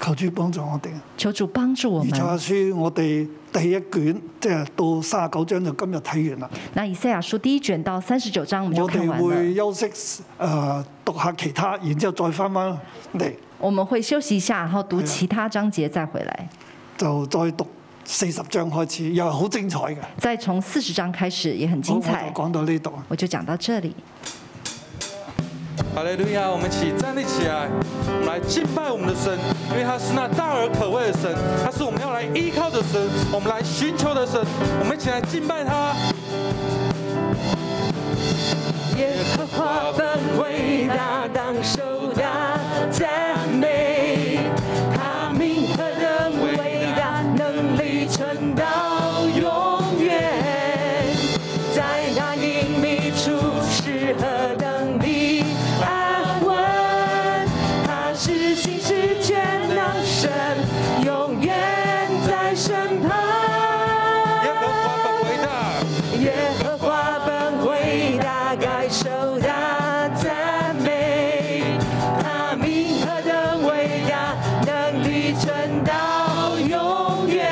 [SPEAKER 2] 求主幫助我哋。
[SPEAKER 3] 求主帮助我
[SPEAKER 2] 以賽亞
[SPEAKER 3] 们？
[SPEAKER 2] 書我哋第一卷即係到三十九章就今日睇完啦。
[SPEAKER 3] 那以赛亚书第一卷到三十九章我们就
[SPEAKER 2] 我
[SPEAKER 3] 看
[SPEAKER 2] 哋
[SPEAKER 3] 完
[SPEAKER 2] 會
[SPEAKER 3] 了，
[SPEAKER 2] 休息誒、呃、讀下其他，然之後再翻翻嚟
[SPEAKER 3] 我们会休息一下，然后读其他章节再回来，
[SPEAKER 2] 就再讀四十章開始，又係好精彩嘅。
[SPEAKER 3] 再从四十章开始也
[SPEAKER 2] 好，
[SPEAKER 3] 很
[SPEAKER 2] 我就
[SPEAKER 3] 精彩。
[SPEAKER 2] 講到呢度。
[SPEAKER 3] 我就讲到这里。
[SPEAKER 4] 哈利路亚！我们一起站立起来，我们来敬拜我们的神，因为他是那大而可畏的神，他是我们要来依靠的神，我们来寻求的神，我们一起来敬拜他。
[SPEAKER 5] 耶和华本伟大，当受大赞美。他名何等伟大，能力存到永远。在那隐秘处是何等的安稳，他是心事全能神，永远在身旁。
[SPEAKER 4] 耶和华本为大，
[SPEAKER 5] 耶和华本伟大，该受大赞美。他名何等伟大，能力存到永远。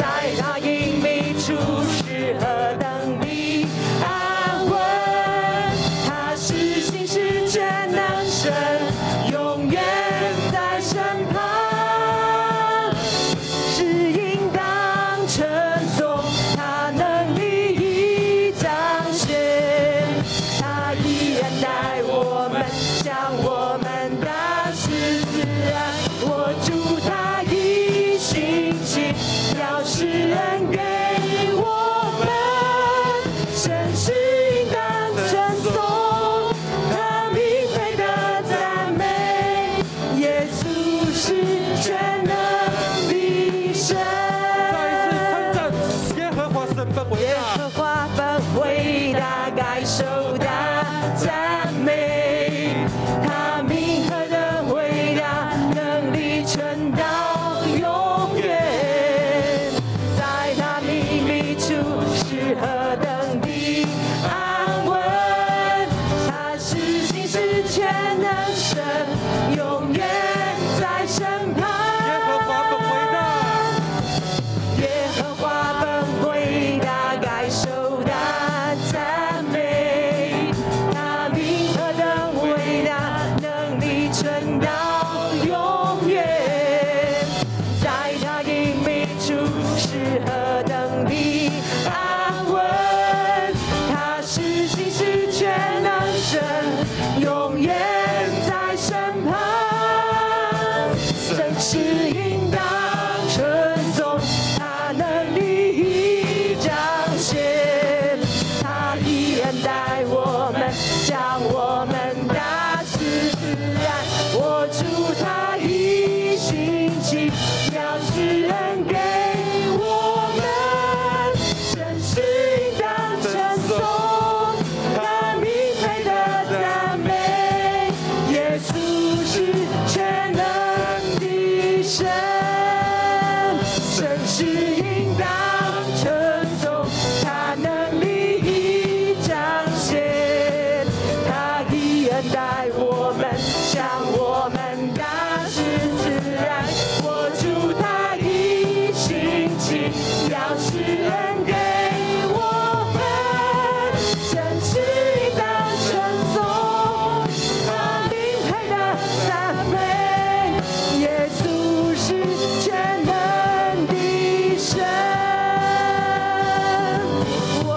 [SPEAKER 5] 在他隐秘处是何等的安稳，他是心事全能神，永远在身旁。是应当称颂，他能力已彰显，他依然带我们，向我们大施慈爱。我祝他一心情，要施恩给我们，真是应当称颂，他名配得赞美。耶稣是全能的神，
[SPEAKER 4] 再一次称赞耶和华神本为
[SPEAKER 5] 耶
[SPEAKER 4] 大。
[SPEAKER 5] 和华本伟大，该受大赞美。他名何等伟大，能力存到永远。在他秘密处是何等的安稳，他是心事全能神，永远在身旁。
[SPEAKER 4] 耶和华本为大，
[SPEAKER 5] 耶和华本伟大，该受大赞美。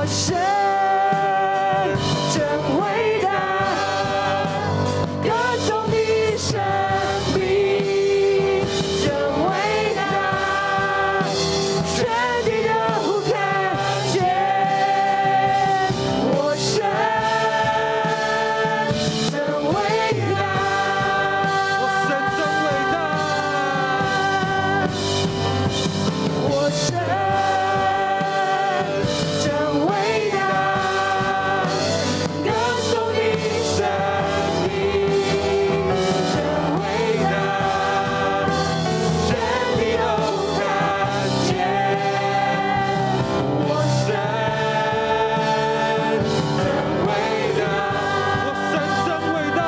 [SPEAKER 5] 神真伟大，歌颂你生命真伟大，全地的呼看见我神真伟大。
[SPEAKER 4] 我神真伟大，
[SPEAKER 5] 我神真伟大，歌颂你生命真伟大，真的都看见，我神真伟大。
[SPEAKER 4] 我神真伟大，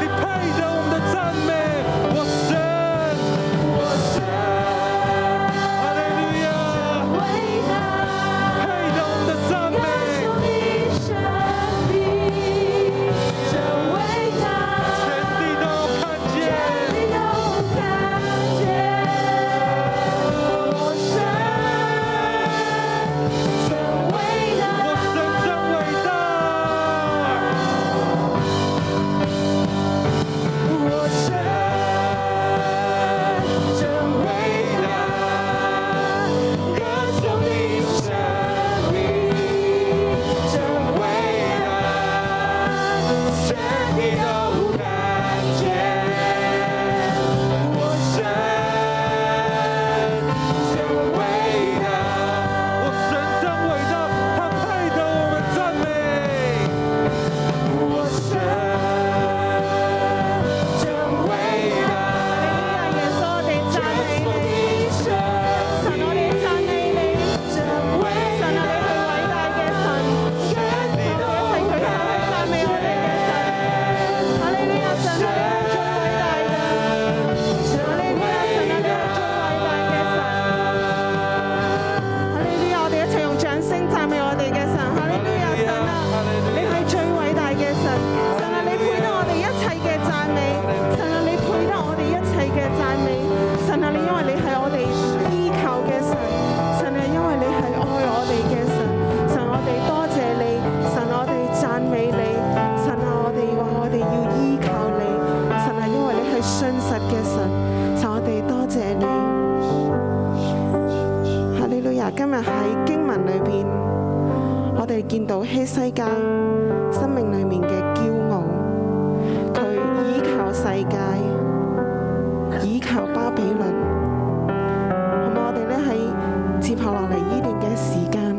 [SPEAKER 4] 你配得我们的赞美，我神，
[SPEAKER 5] 我神
[SPEAKER 4] 哈利路亚，
[SPEAKER 5] 伟大。
[SPEAKER 4] 配得我们的赞
[SPEAKER 5] 歌
[SPEAKER 4] 美
[SPEAKER 5] 颂。你生命真伟大，
[SPEAKER 4] 全地都看见，
[SPEAKER 5] 全地都看见。我神真
[SPEAKER 4] 我
[SPEAKER 5] 伟大，
[SPEAKER 4] 神真伟大，
[SPEAKER 5] 我神真伟大，歌颂你生命真伟大，全地都看见。我神真伟大，
[SPEAKER 4] 我神真伟大，他配得我们赞美。
[SPEAKER 5] 我神真伟大。耶稣，我哋赞美你，神，我哋赞美你，神，我哋去伟大嘅神，我哋一齊舉手去讚美我哋嘅神。哈利路亞，神，我哋係最偉大嘅。哈利路亞，神，我哋係最偉大嘅神。哈利路亞，我哋一齊用掌聲讚美我哋嘅神。哈利路亞，神啊，你係最偉大嘅神，神啊，你配得我哋一切嘅讚美，神啊，你配得我哋一切嘅讚美，神啊，你因為你係我哋依靠嘅神，神啊，因為你係愛我哋嘅神，神啊我哋多謝你，神啊我哋讚美你，神啊，我哋話我哋要依靠你，神啊，因為你係信實嘅神，神啊我哋多謝你。哈利路亞！今日喺經文裏邊，我哋見到希西家生命裏面嘅驕傲，佢依靠世界，依靠巴比倫。好嘛，我哋咧喺接下落嚟呢段嘅時間，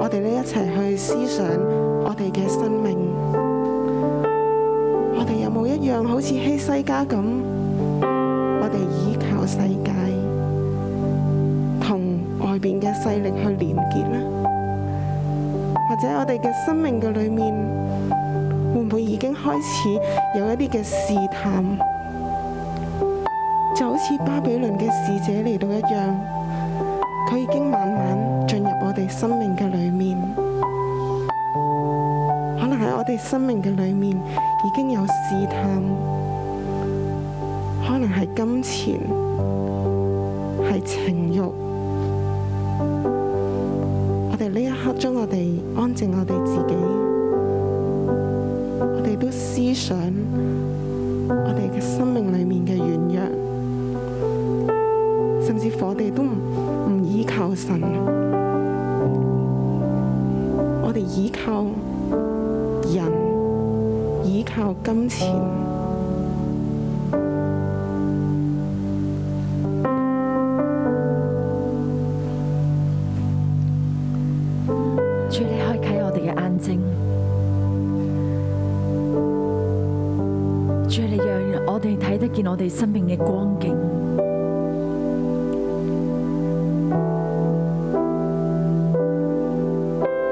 [SPEAKER 5] 我哋咧一齊去思想我哋嘅生命。我哋有冇一樣好似希西家咁，我哋依靠世界？同外邊嘅勢力去連結呢？或者我哋嘅生命嘅裏面，會唔會已經開始有一啲嘅試探？就好似巴比倫嘅使者嚟到一樣，佢已經慢慢進入我哋生命嘅裏面。可能喺我哋生命嘅裏面已經有試探，可能係金錢。係情欲。我哋呢一刻將我哋安靜我哋自己，我哋都思想我哋嘅生命裏面嘅軟弱，甚至乎我哋都唔唔依靠神，我哋依靠人，依靠金錢。
[SPEAKER 6] 主你開啟我哋嘅眼睛，主你讓我哋睇得見我哋生命嘅光景。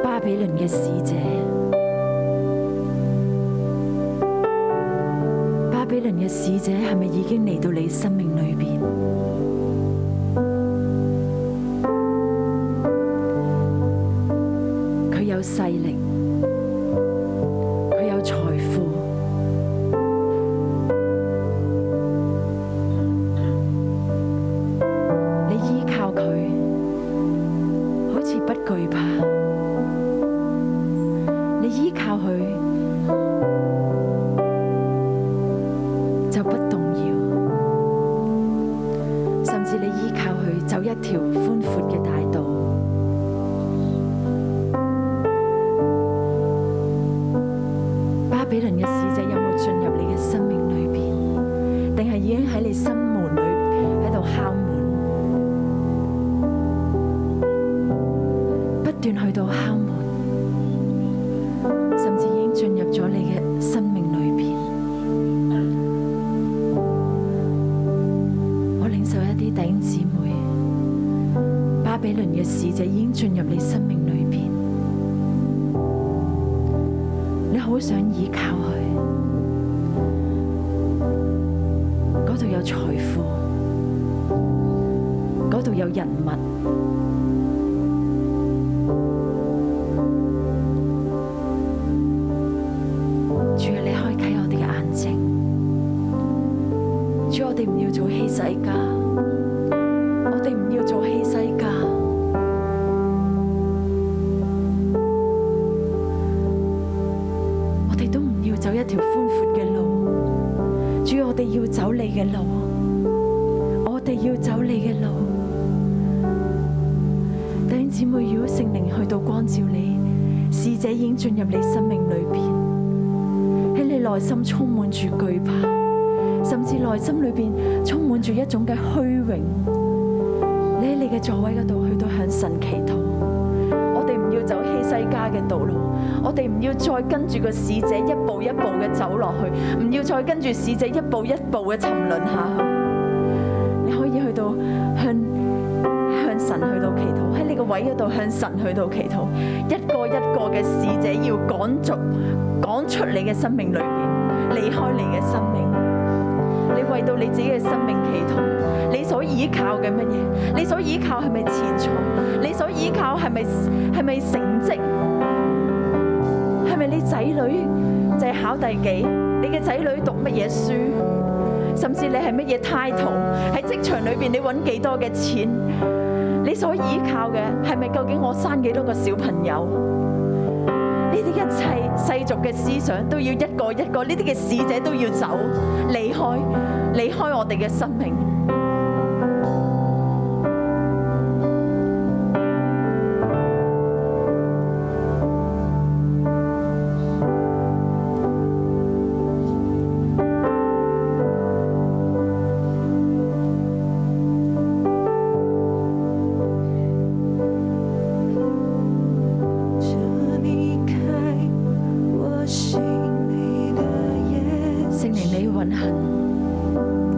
[SPEAKER 6] 巴比倫嘅使者，巴比倫嘅使者係咪已經嚟到你生命裏邊？佢有勢力，佢有財富。你依靠佢，好似不懼怕，底輪嘅使者已經進入你生命裏邊，你好想依靠佢，嗰度有財富，嗰度有人物。主啊，你開啟我哋嘅眼睛。主，我哋唔要做欺世家，我哋唔要做欺世家。我哋都唔要走一條寬闊嘅路。主，我哋要走你嘅路，我哋要走你嘅路。弟兄姊妹，如果聖靈去到光照你，使者已經進入你生命裏邊，喺你內心充滿住懼怕。甚至內心裏邊充滿住一種嘅虛榮。你喺你嘅座位嗰度去到向神祈禱，我哋唔要走希西家嘅道路，我哋唔要再跟住個使者一步一步嘅走落去，唔要再跟住使者一步一步嘅沉淪下去。你可以去到向向神去到祈禱，喺你個位嗰度向神去到祈禱，一個一個嘅使者要趕逐趕出你嘅生命裏邊，離開你嘅生命。你為到你自己嘅生命祈禱，你所依靠嘅乜嘢？你所依靠係咪錢財？你所依靠係咪係咪成績？係咪你仔女就係考第幾？你嘅仔女讀乜嘢書？甚至你係乜嘢 title？喺職場裏邊你揾幾多嘅錢？你所依靠嘅係咪究竟我生幾多個小朋友？呢啲一切世俗嘅思想都要一個一個，呢啲嘅使者都要走，離開，離開我哋嘅生命。
[SPEAKER 7] 这离开我心里的眼
[SPEAKER 6] 聖靈，你運行，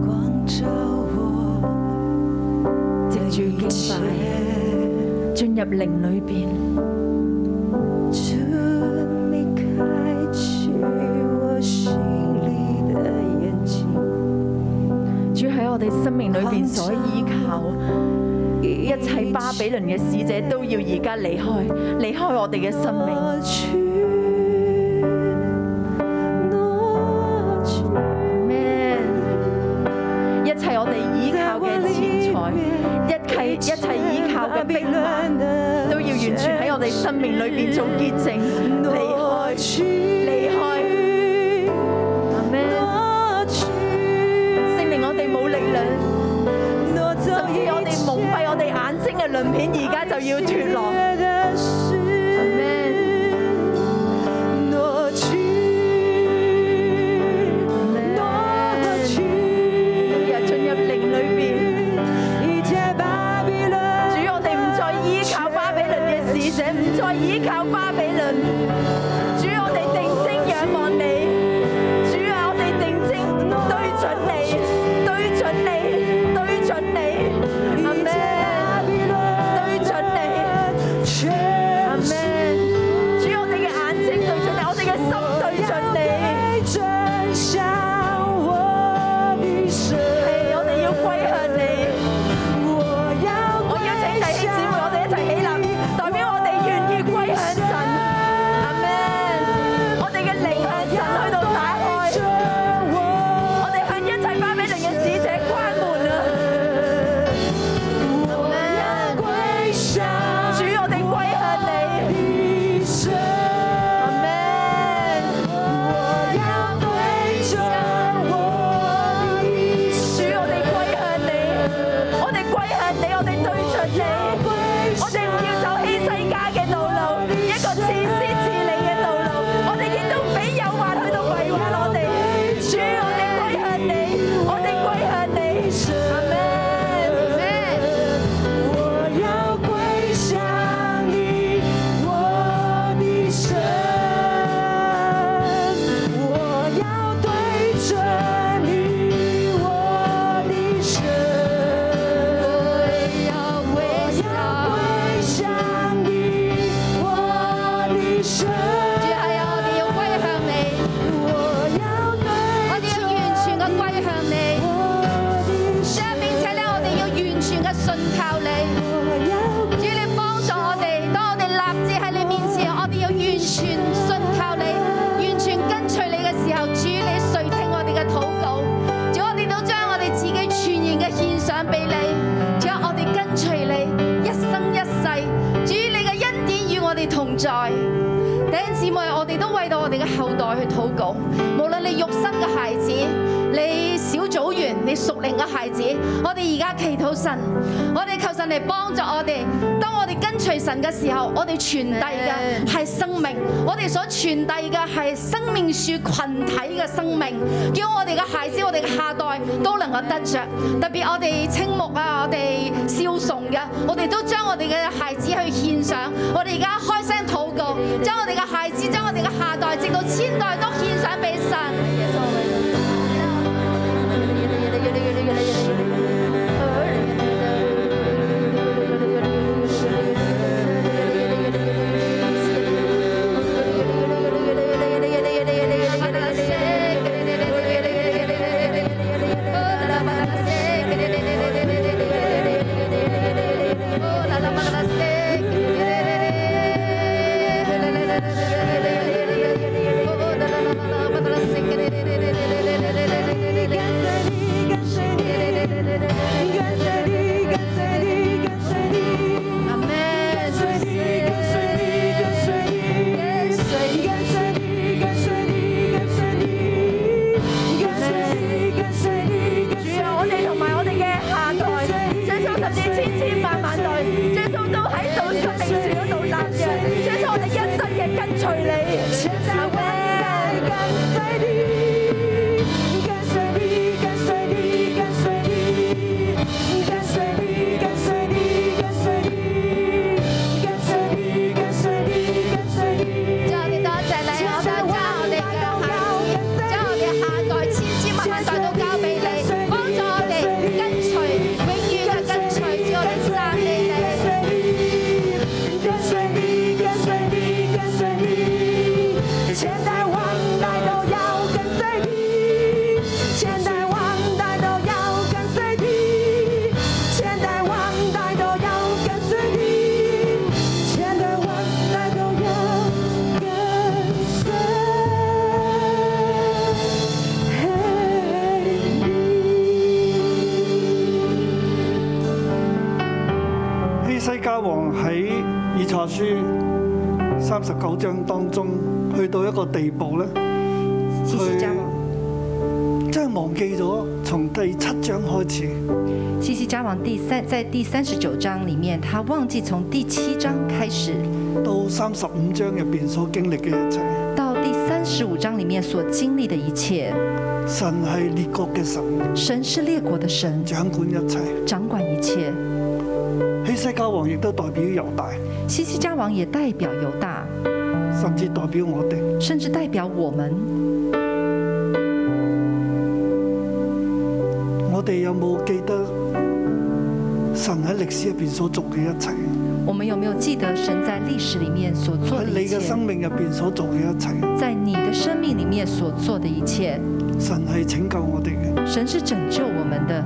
[SPEAKER 7] 光照我
[SPEAKER 6] 藉住
[SPEAKER 7] 一
[SPEAKER 6] 敬
[SPEAKER 7] 切，
[SPEAKER 6] 拜進入靈裏邊。
[SPEAKER 7] 这离开去我心里的眼睛，
[SPEAKER 6] 主喺我哋生命裏邊所依靠，一切巴比倫嘅使者都要而家離開，離開我哋嘅生命。
[SPEAKER 7] 抹去，抹去，
[SPEAKER 6] 咩？一切我哋依靠嘅錢財，一切一切依靠嘅兵馬，都要完全喺我哋生命裏邊做潔淨，離
[SPEAKER 7] 抹
[SPEAKER 6] 開，離
[SPEAKER 7] 去，
[SPEAKER 6] 開。阿咩？
[SPEAKER 7] 抹去。
[SPEAKER 6] 聖靈，我哋冇力量，
[SPEAKER 7] 挪走
[SPEAKER 6] 甚至我哋蒙蔽我哋眼睛嘅鱗片，而家就要脱落。
[SPEAKER 7] 的
[SPEAKER 6] 阿
[SPEAKER 7] 事，
[SPEAKER 6] 咩？
[SPEAKER 7] 挪去，挪去
[SPEAKER 6] 日進入靈裏邊。
[SPEAKER 7] 一切巴比伦。
[SPEAKER 6] 主，我哋唔再依靠巴比倫嘅使者，唔再依靠巴比倫。主，我哋定睛仰望你。主啊，我哋定睛對準你，對準你，對準你。阿
[SPEAKER 7] 一切巴比
[SPEAKER 6] 門。對
[SPEAKER 7] 伦
[SPEAKER 6] 準你
[SPEAKER 7] 全
[SPEAKER 6] 阿門。主，我哋嘅眼睛對準你，我哋嘅心對準你。
[SPEAKER 7] 被真相，我的神，
[SPEAKER 6] 係我哋要歸向你。
[SPEAKER 7] 我要
[SPEAKER 6] 我邀請弟兄姊妹，我哋一齊起立，代表我哋願意歸向神。阿咩？我哋嘅靈向神去到打開，我哋向一切巴比倫啊
[SPEAKER 8] 生，
[SPEAKER 9] 主係啊，我哋要歸向你，
[SPEAKER 8] 我要
[SPEAKER 9] 我
[SPEAKER 8] 跟
[SPEAKER 9] 哋要完全嘅歸向你。主啊，並且咧，我哋要完全嘅信靠你。主，你幫助我哋，當我哋立志喺你面前，我哋要完全信靠你，完全跟隨你嘅時候，主你垂聽我哋嘅禱告。主，我哋都將我哋自己全然嘅獻上俾你。主啊，我哋跟隨你一生一世。主，你嘅恩典與我哋同在。弟兄姊妹，我哋都為到我哋嘅後代去禱告，無論你肉身嘅孩子，你小組員，你屬靈嘅孩子，我哋而家祈禱神，我哋求神嚟幫助我哋。當我哋跟隨神嘅時候，我哋傳遞嘅係生命，我哋所傳遞嘅係生命樹群體嘅生命，叫我哋嘅孩子，我哋嘅下代都能夠得着。特別我哋青木啊，我哋少崇嘅，我哋都將我哋嘅孩子去獻上。我哋而家開聲禱告，將我哋嘅孩子，將我哋嘅下代，直到千代都獻上俾神。主啊，我哋同埋我哋嘅下代，耶穌甚至千千萬萬代，耶穌都喺度生命樹嗰度立約，耶穌我哋一生嘅跟隨你。主啊，我哋多謝你，我哋將我哋嘅孩子，將我哋下代千千萬萬代都交俾你，幫助我哋跟隨，永遠嘅跟隨，主我哋讚美你。
[SPEAKER 2] 希西家王喺以賽亞書三十九章當中，去到一個地步咧，
[SPEAKER 3] 西西家王，
[SPEAKER 2] 真係忘記咗從第七章開始，
[SPEAKER 3] 西西家王第三在第三十九章里面，他忘记从第七章开始
[SPEAKER 2] 到三十五章入邊所經歷嘅一切，
[SPEAKER 3] 到第三十五章里面所经历的一切。
[SPEAKER 2] 神係列國嘅神，
[SPEAKER 3] 神是列国的神，
[SPEAKER 2] 掌管一切。
[SPEAKER 3] 掌管一切。
[SPEAKER 2] 希西家王亦都代表猶大，
[SPEAKER 3] 西西家王也代表犹大，
[SPEAKER 2] 甚至代表我哋。
[SPEAKER 3] 甚至代表我们。
[SPEAKER 2] 我哋有冇記得神喺歷史入邊所做嘅一切？
[SPEAKER 3] 我们有没有记得神在历史里面所做
[SPEAKER 2] 喺
[SPEAKER 3] 的
[SPEAKER 2] 你
[SPEAKER 3] 一切
[SPEAKER 2] 嘅？生命入邊所做嘅一切，
[SPEAKER 3] 在你的生命里面所做的一切，
[SPEAKER 2] 神係拯救我哋嘅，
[SPEAKER 3] 神是拯救我们的，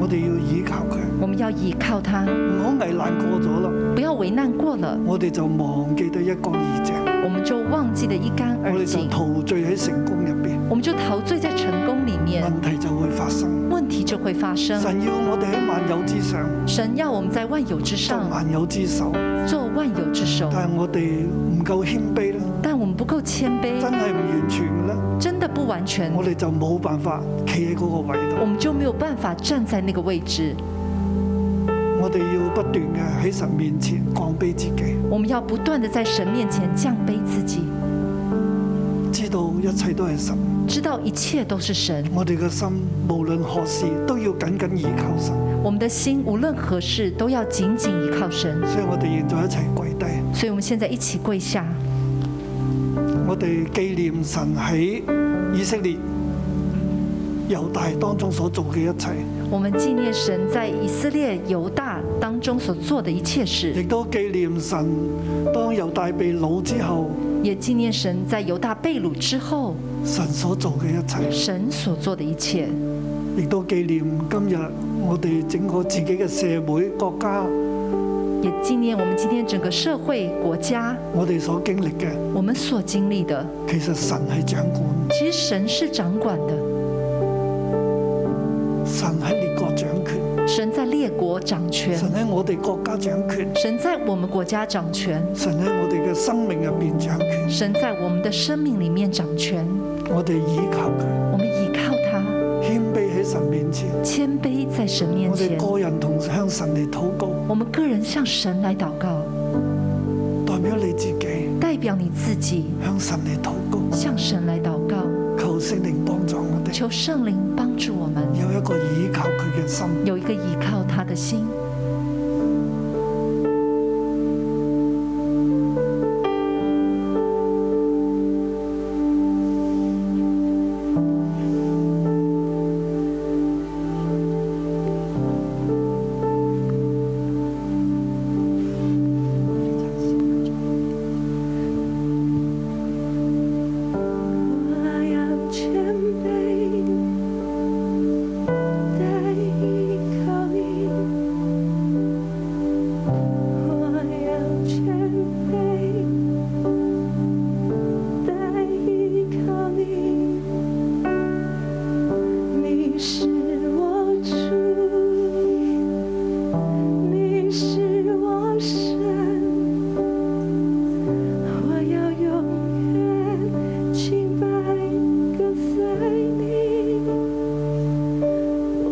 [SPEAKER 2] 我哋要倚靠佢，
[SPEAKER 3] 我们要依靠他，
[SPEAKER 2] 唔好危難過咗啦，
[SPEAKER 3] 不要为难过了，
[SPEAKER 2] 我哋就忘記得一乾二淨，
[SPEAKER 3] 我们就忘记得一干
[SPEAKER 2] 我
[SPEAKER 3] 二
[SPEAKER 2] 哋就
[SPEAKER 3] 净，
[SPEAKER 2] 陶醉喺成功入邊，
[SPEAKER 3] 我们就陶醉在成功里面，
[SPEAKER 2] 問題就會發生。
[SPEAKER 3] 问题就会发生。
[SPEAKER 2] 神要我哋喺萬有之上，
[SPEAKER 3] 神要我们在万有之
[SPEAKER 2] 做
[SPEAKER 3] 上
[SPEAKER 2] 萬有之首，
[SPEAKER 3] 做万有之首，
[SPEAKER 2] 但係我哋唔夠謙卑啦，
[SPEAKER 3] 但我们不够谦
[SPEAKER 2] 真
[SPEAKER 3] 卑，
[SPEAKER 2] 係唔完全嘅咧，
[SPEAKER 3] 真的不完全
[SPEAKER 2] 我，哋就冇辦法企喺嗰個位度
[SPEAKER 3] 我。们就没有办法站在那个位置。
[SPEAKER 2] 我哋要不斷嘅喺神面前降卑自己，
[SPEAKER 3] 我们要不断的在神面前降卑自己，
[SPEAKER 2] 知道一切都係神。
[SPEAKER 3] 知道一切都是神。
[SPEAKER 2] 我哋嘅心無論何事都要緊緊倚靠神，
[SPEAKER 3] 我们的心无论何事都要紧紧依靠神。
[SPEAKER 2] 所以我哋現在一齊跪低，
[SPEAKER 3] 所以我们现在一起跪下，
[SPEAKER 2] 我哋紀念神喺以色列猶大當中所做嘅一切，
[SPEAKER 3] 我们纪念神在以色列、犹大当中所做的一切
[SPEAKER 2] 亦
[SPEAKER 3] 事，
[SPEAKER 2] 都紀念神當猶大被掳之後，
[SPEAKER 3] 也纪念神在犹大被掳之后
[SPEAKER 2] 神所做嘅一切，
[SPEAKER 3] 神所做的一切，
[SPEAKER 2] 亦都紀念今日我哋整個自己嘅社會、國家，
[SPEAKER 3] 也纪念我们今天整个社会、国家
[SPEAKER 2] 我哋所經歷嘅，
[SPEAKER 3] 我们所经历的。
[SPEAKER 2] 其實神係掌管，
[SPEAKER 3] 其实神是掌管的，
[SPEAKER 2] 神喺列國掌權，
[SPEAKER 3] 神在列国掌权，
[SPEAKER 2] 神喺我哋國家掌權，
[SPEAKER 3] 神在我们国家掌权，
[SPEAKER 2] 神喺我哋嘅生命入邊掌權，
[SPEAKER 3] 神在我们的生命里面掌权。
[SPEAKER 2] 我哋依靠佢，
[SPEAKER 3] 我们依靠他，
[SPEAKER 2] 謙卑喺神面前，
[SPEAKER 3] 谦卑在神面
[SPEAKER 2] 我哋
[SPEAKER 3] 前。
[SPEAKER 2] 個人同向神嚟禱告，
[SPEAKER 3] 我们个人向神来祷告，
[SPEAKER 2] 代表你自己
[SPEAKER 3] 代表你自己
[SPEAKER 2] 向神嚟禱告，
[SPEAKER 3] 向神来祷告，
[SPEAKER 2] 求聖靈幫助我哋，
[SPEAKER 3] 求圣灵帮助我们
[SPEAKER 2] 有一個依靠佢嘅心。
[SPEAKER 3] 有一个依靠他的心。
[SPEAKER 6] 我要谦卑的依靠你，我要谦卑的依靠你，你是我主，你是我神。我要永远清白跟随你，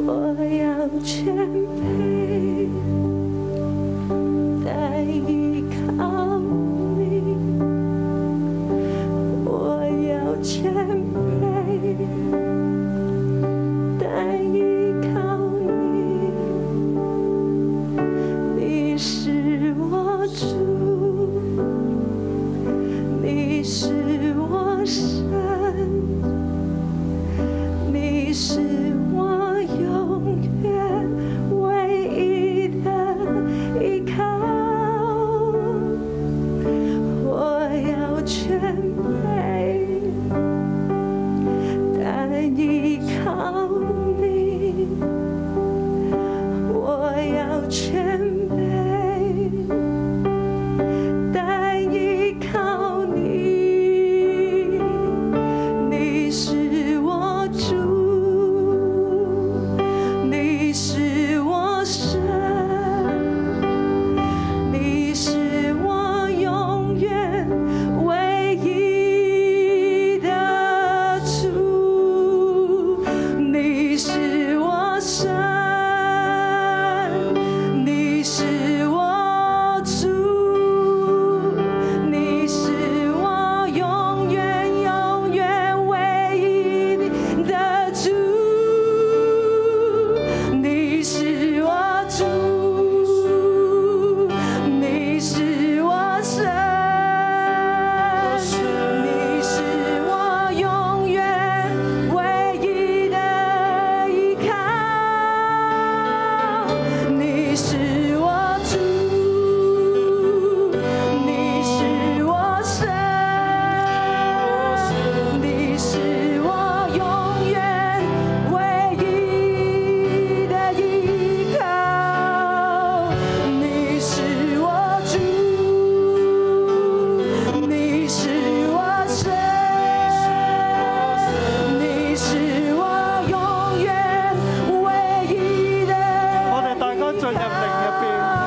[SPEAKER 6] 我要谦卑来依靠你，我要谦卑来依靠你，你是我主。你是我神，你是我永远唯一的依靠。我要全备，但依靠你。我要全备。但依靠你，你是我主，你是我神，你是我永远唯一的主，你是我神，你是我主，你是我永远永远唯一的主，你是我主，你是我神，你是我永远唯一的依靠，你是我主，你是我神，你是我永远唯一的依靠，你是我主，你是我神。你是我永远唯一的。
[SPEAKER 2] 我哋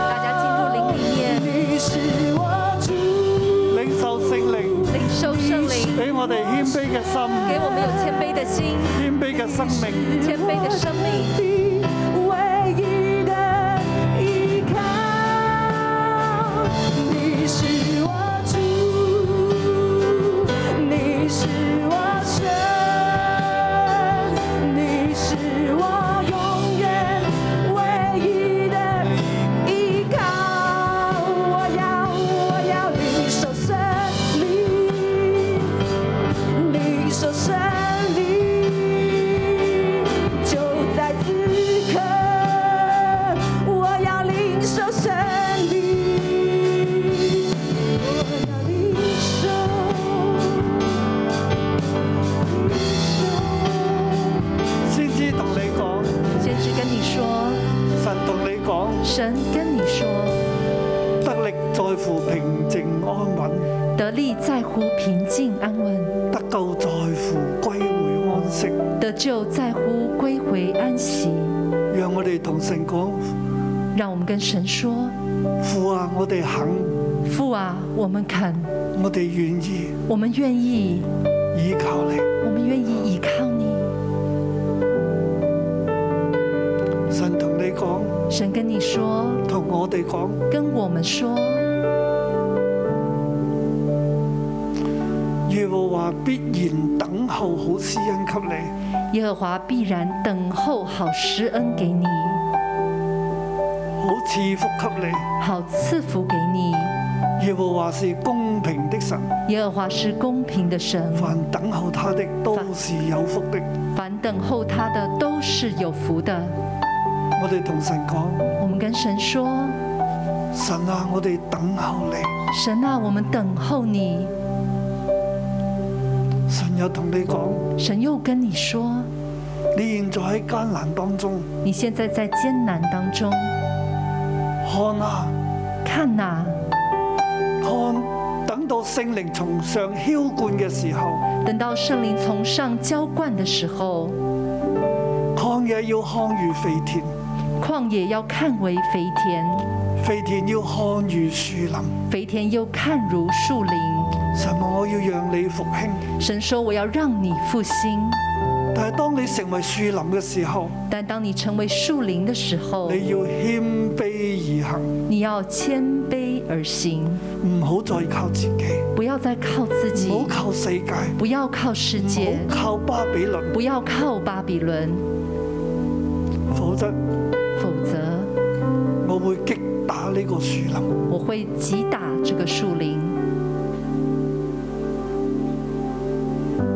[SPEAKER 2] 大家進入靈
[SPEAKER 9] 大家进入灵里面，
[SPEAKER 6] 你是我主，
[SPEAKER 2] 入邊，領受聖靈，
[SPEAKER 9] 领受圣灵，
[SPEAKER 2] 俾我哋謙卑嘅心、
[SPEAKER 9] 给我们有谦卑的心，
[SPEAKER 2] 謙卑嘅生命。
[SPEAKER 9] 谦卑的生命。
[SPEAKER 6] 你唯一的依靠。你是我主，你是我神，你是我永远唯一的依靠。我要，我要领受神灵。你说胜利就在此刻。
[SPEAKER 3] 神跟你说，
[SPEAKER 2] 得力在乎平靜安穩，
[SPEAKER 3] 得力在乎平静安稳，
[SPEAKER 2] 得救在乎歸回安息。
[SPEAKER 3] 得救在乎归回安息。
[SPEAKER 2] 讓我哋同神講：
[SPEAKER 3] 让我们跟神说，
[SPEAKER 2] 父啊，我哋肯，
[SPEAKER 3] 父啊，我们肯，
[SPEAKER 2] 我哋願意
[SPEAKER 3] 我们愿意，
[SPEAKER 2] 依靠你。
[SPEAKER 3] 我们愿意倚靠你。
[SPEAKER 2] 神同你講，
[SPEAKER 3] 神跟你说，
[SPEAKER 2] 同我哋講，
[SPEAKER 3] 跟我们说，
[SPEAKER 2] 耶和華必然等候好施恩給你。
[SPEAKER 3] 耶和华必然等候好施恩给你，
[SPEAKER 2] 好賜福給你。
[SPEAKER 3] 好赐福给你。
[SPEAKER 2] 耶和華是公平的神，
[SPEAKER 3] 耶和华是公平的神，
[SPEAKER 2] 凡等候他的都
[SPEAKER 3] 凡
[SPEAKER 2] 是有福的。
[SPEAKER 3] 凡等候他的都是有福的。
[SPEAKER 2] 我哋同神講，
[SPEAKER 3] 我们跟神说，
[SPEAKER 2] 神啊，我哋等候你。
[SPEAKER 3] 神啊，我们等候你。
[SPEAKER 2] 神又同你講，
[SPEAKER 3] 神又跟你说，
[SPEAKER 2] 你現在喺艱難當中，
[SPEAKER 3] 你现在在艰难当中，
[SPEAKER 2] 看啊！
[SPEAKER 3] 看呐、
[SPEAKER 2] 看等到聖靈從上轎灌嘅時候，
[SPEAKER 3] 等到圣灵从上浇灌的时候，
[SPEAKER 2] 看嘢要看如肥田，
[SPEAKER 3] 旷野要看为肥田，
[SPEAKER 2] 肥田要看如樹林。
[SPEAKER 3] 肥田又看如树林。
[SPEAKER 2] 神話我要讓你復興，
[SPEAKER 3] 神说：“我要让你复兴。
[SPEAKER 2] 但係當你成為樹林嘅時候，”
[SPEAKER 3] 但当你成为树林的时候，
[SPEAKER 2] 你要謙卑而行，
[SPEAKER 3] 你要谦卑而行，
[SPEAKER 2] 唔好再靠自己，
[SPEAKER 3] 不要再靠自己，
[SPEAKER 2] 唔好靠世界，
[SPEAKER 3] 不要靠世界
[SPEAKER 2] 唔好，靠巴比倫，
[SPEAKER 3] 不要靠巴比伦，
[SPEAKER 2] 否則
[SPEAKER 3] 否则
[SPEAKER 2] 我會擊打呢個樹林。
[SPEAKER 3] 我会击打这个树林。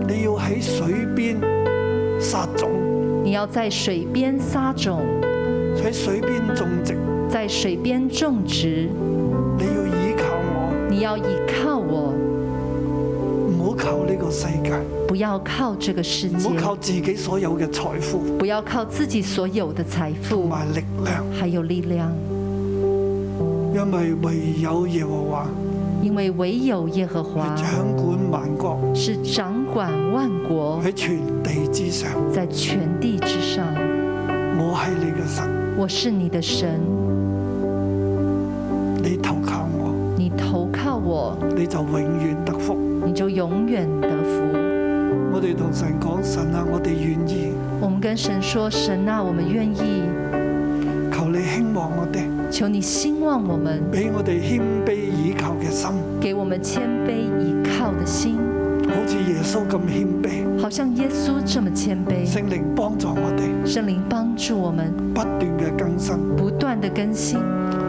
[SPEAKER 2] 你要喺水邊撒種，
[SPEAKER 3] 你要在水边撒种，
[SPEAKER 2] 喺水邊種植，
[SPEAKER 3] 在水边种植，
[SPEAKER 2] 你要依靠我，
[SPEAKER 3] 你要依靠我，
[SPEAKER 2] 唔好靠呢個世界。
[SPEAKER 3] 不要靠这个世界
[SPEAKER 2] 唔好，靠自己所有嘅財富
[SPEAKER 3] 不要靠自己所有的财
[SPEAKER 2] 同
[SPEAKER 3] 富，
[SPEAKER 2] 埋力量，
[SPEAKER 3] 还有力量，
[SPEAKER 2] 因為唯有耶和華
[SPEAKER 3] 因为唯有耶和华
[SPEAKER 2] 係掌管萬國
[SPEAKER 3] 是掌管万国，
[SPEAKER 2] 喺全地之上。
[SPEAKER 3] 在全地之上。
[SPEAKER 2] 我係你嘅神，
[SPEAKER 3] 我是你的神，
[SPEAKER 2] 你投靠我，
[SPEAKER 3] 你投靠我，
[SPEAKER 2] 你就永遠得福。
[SPEAKER 3] 你就永远得福。
[SPEAKER 2] 我哋同神講，神啊，我哋願意，
[SPEAKER 3] 我们跟神说：“神啊，我们愿意，
[SPEAKER 2] 求你興旺我哋，
[SPEAKER 3] 求你兴旺我们，
[SPEAKER 2] 俾我哋謙卑倚靠嘅心，
[SPEAKER 3] 给我们谦卑倚靠的心，
[SPEAKER 2] 好似耶穌咁謙卑。
[SPEAKER 3] 好像耶稣这么谦卑。
[SPEAKER 2] 聖靈幫助我哋
[SPEAKER 3] 圣灵帮助我们
[SPEAKER 2] 不斷嘅更新，
[SPEAKER 3] 不断的更新，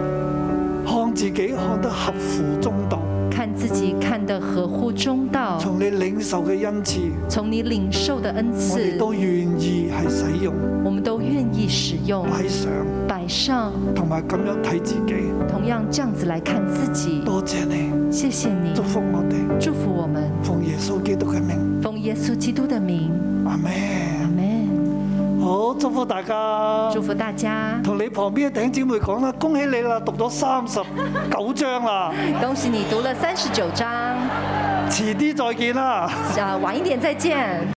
[SPEAKER 2] 看自己看得合乎中道，
[SPEAKER 3] 看自己看得合乎中道，
[SPEAKER 2] 從你領受嘅恩賜，
[SPEAKER 3] 从你领受的恩
[SPEAKER 2] 我
[SPEAKER 3] 赐
[SPEAKER 2] 哋，都願意係使用。
[SPEAKER 3] 我们都愿意使用，
[SPEAKER 2] 擺上，
[SPEAKER 3] 摆上，
[SPEAKER 2] 同埋咁樣睇自己。
[SPEAKER 3] 同样这样子来看自己。
[SPEAKER 2] 多謝你，
[SPEAKER 3] 谢谢你
[SPEAKER 2] 祝，福我哋，
[SPEAKER 3] 祝福我们，
[SPEAKER 2] 奉耶穌基督嘅名，
[SPEAKER 3] 奉耶稣基督的名。
[SPEAKER 2] 阿
[SPEAKER 3] 阿
[SPEAKER 2] 門。
[SPEAKER 3] 门。
[SPEAKER 2] 好，祝福大家
[SPEAKER 3] 祝。福大家，
[SPEAKER 2] 同你旁邊嘅頂姊妹講啦，恭喜你啦，讀咗三十九章啦，
[SPEAKER 3] 恭喜你读了三十九章，
[SPEAKER 2] 遲啲再見啦。
[SPEAKER 3] 啊，晚一点再见。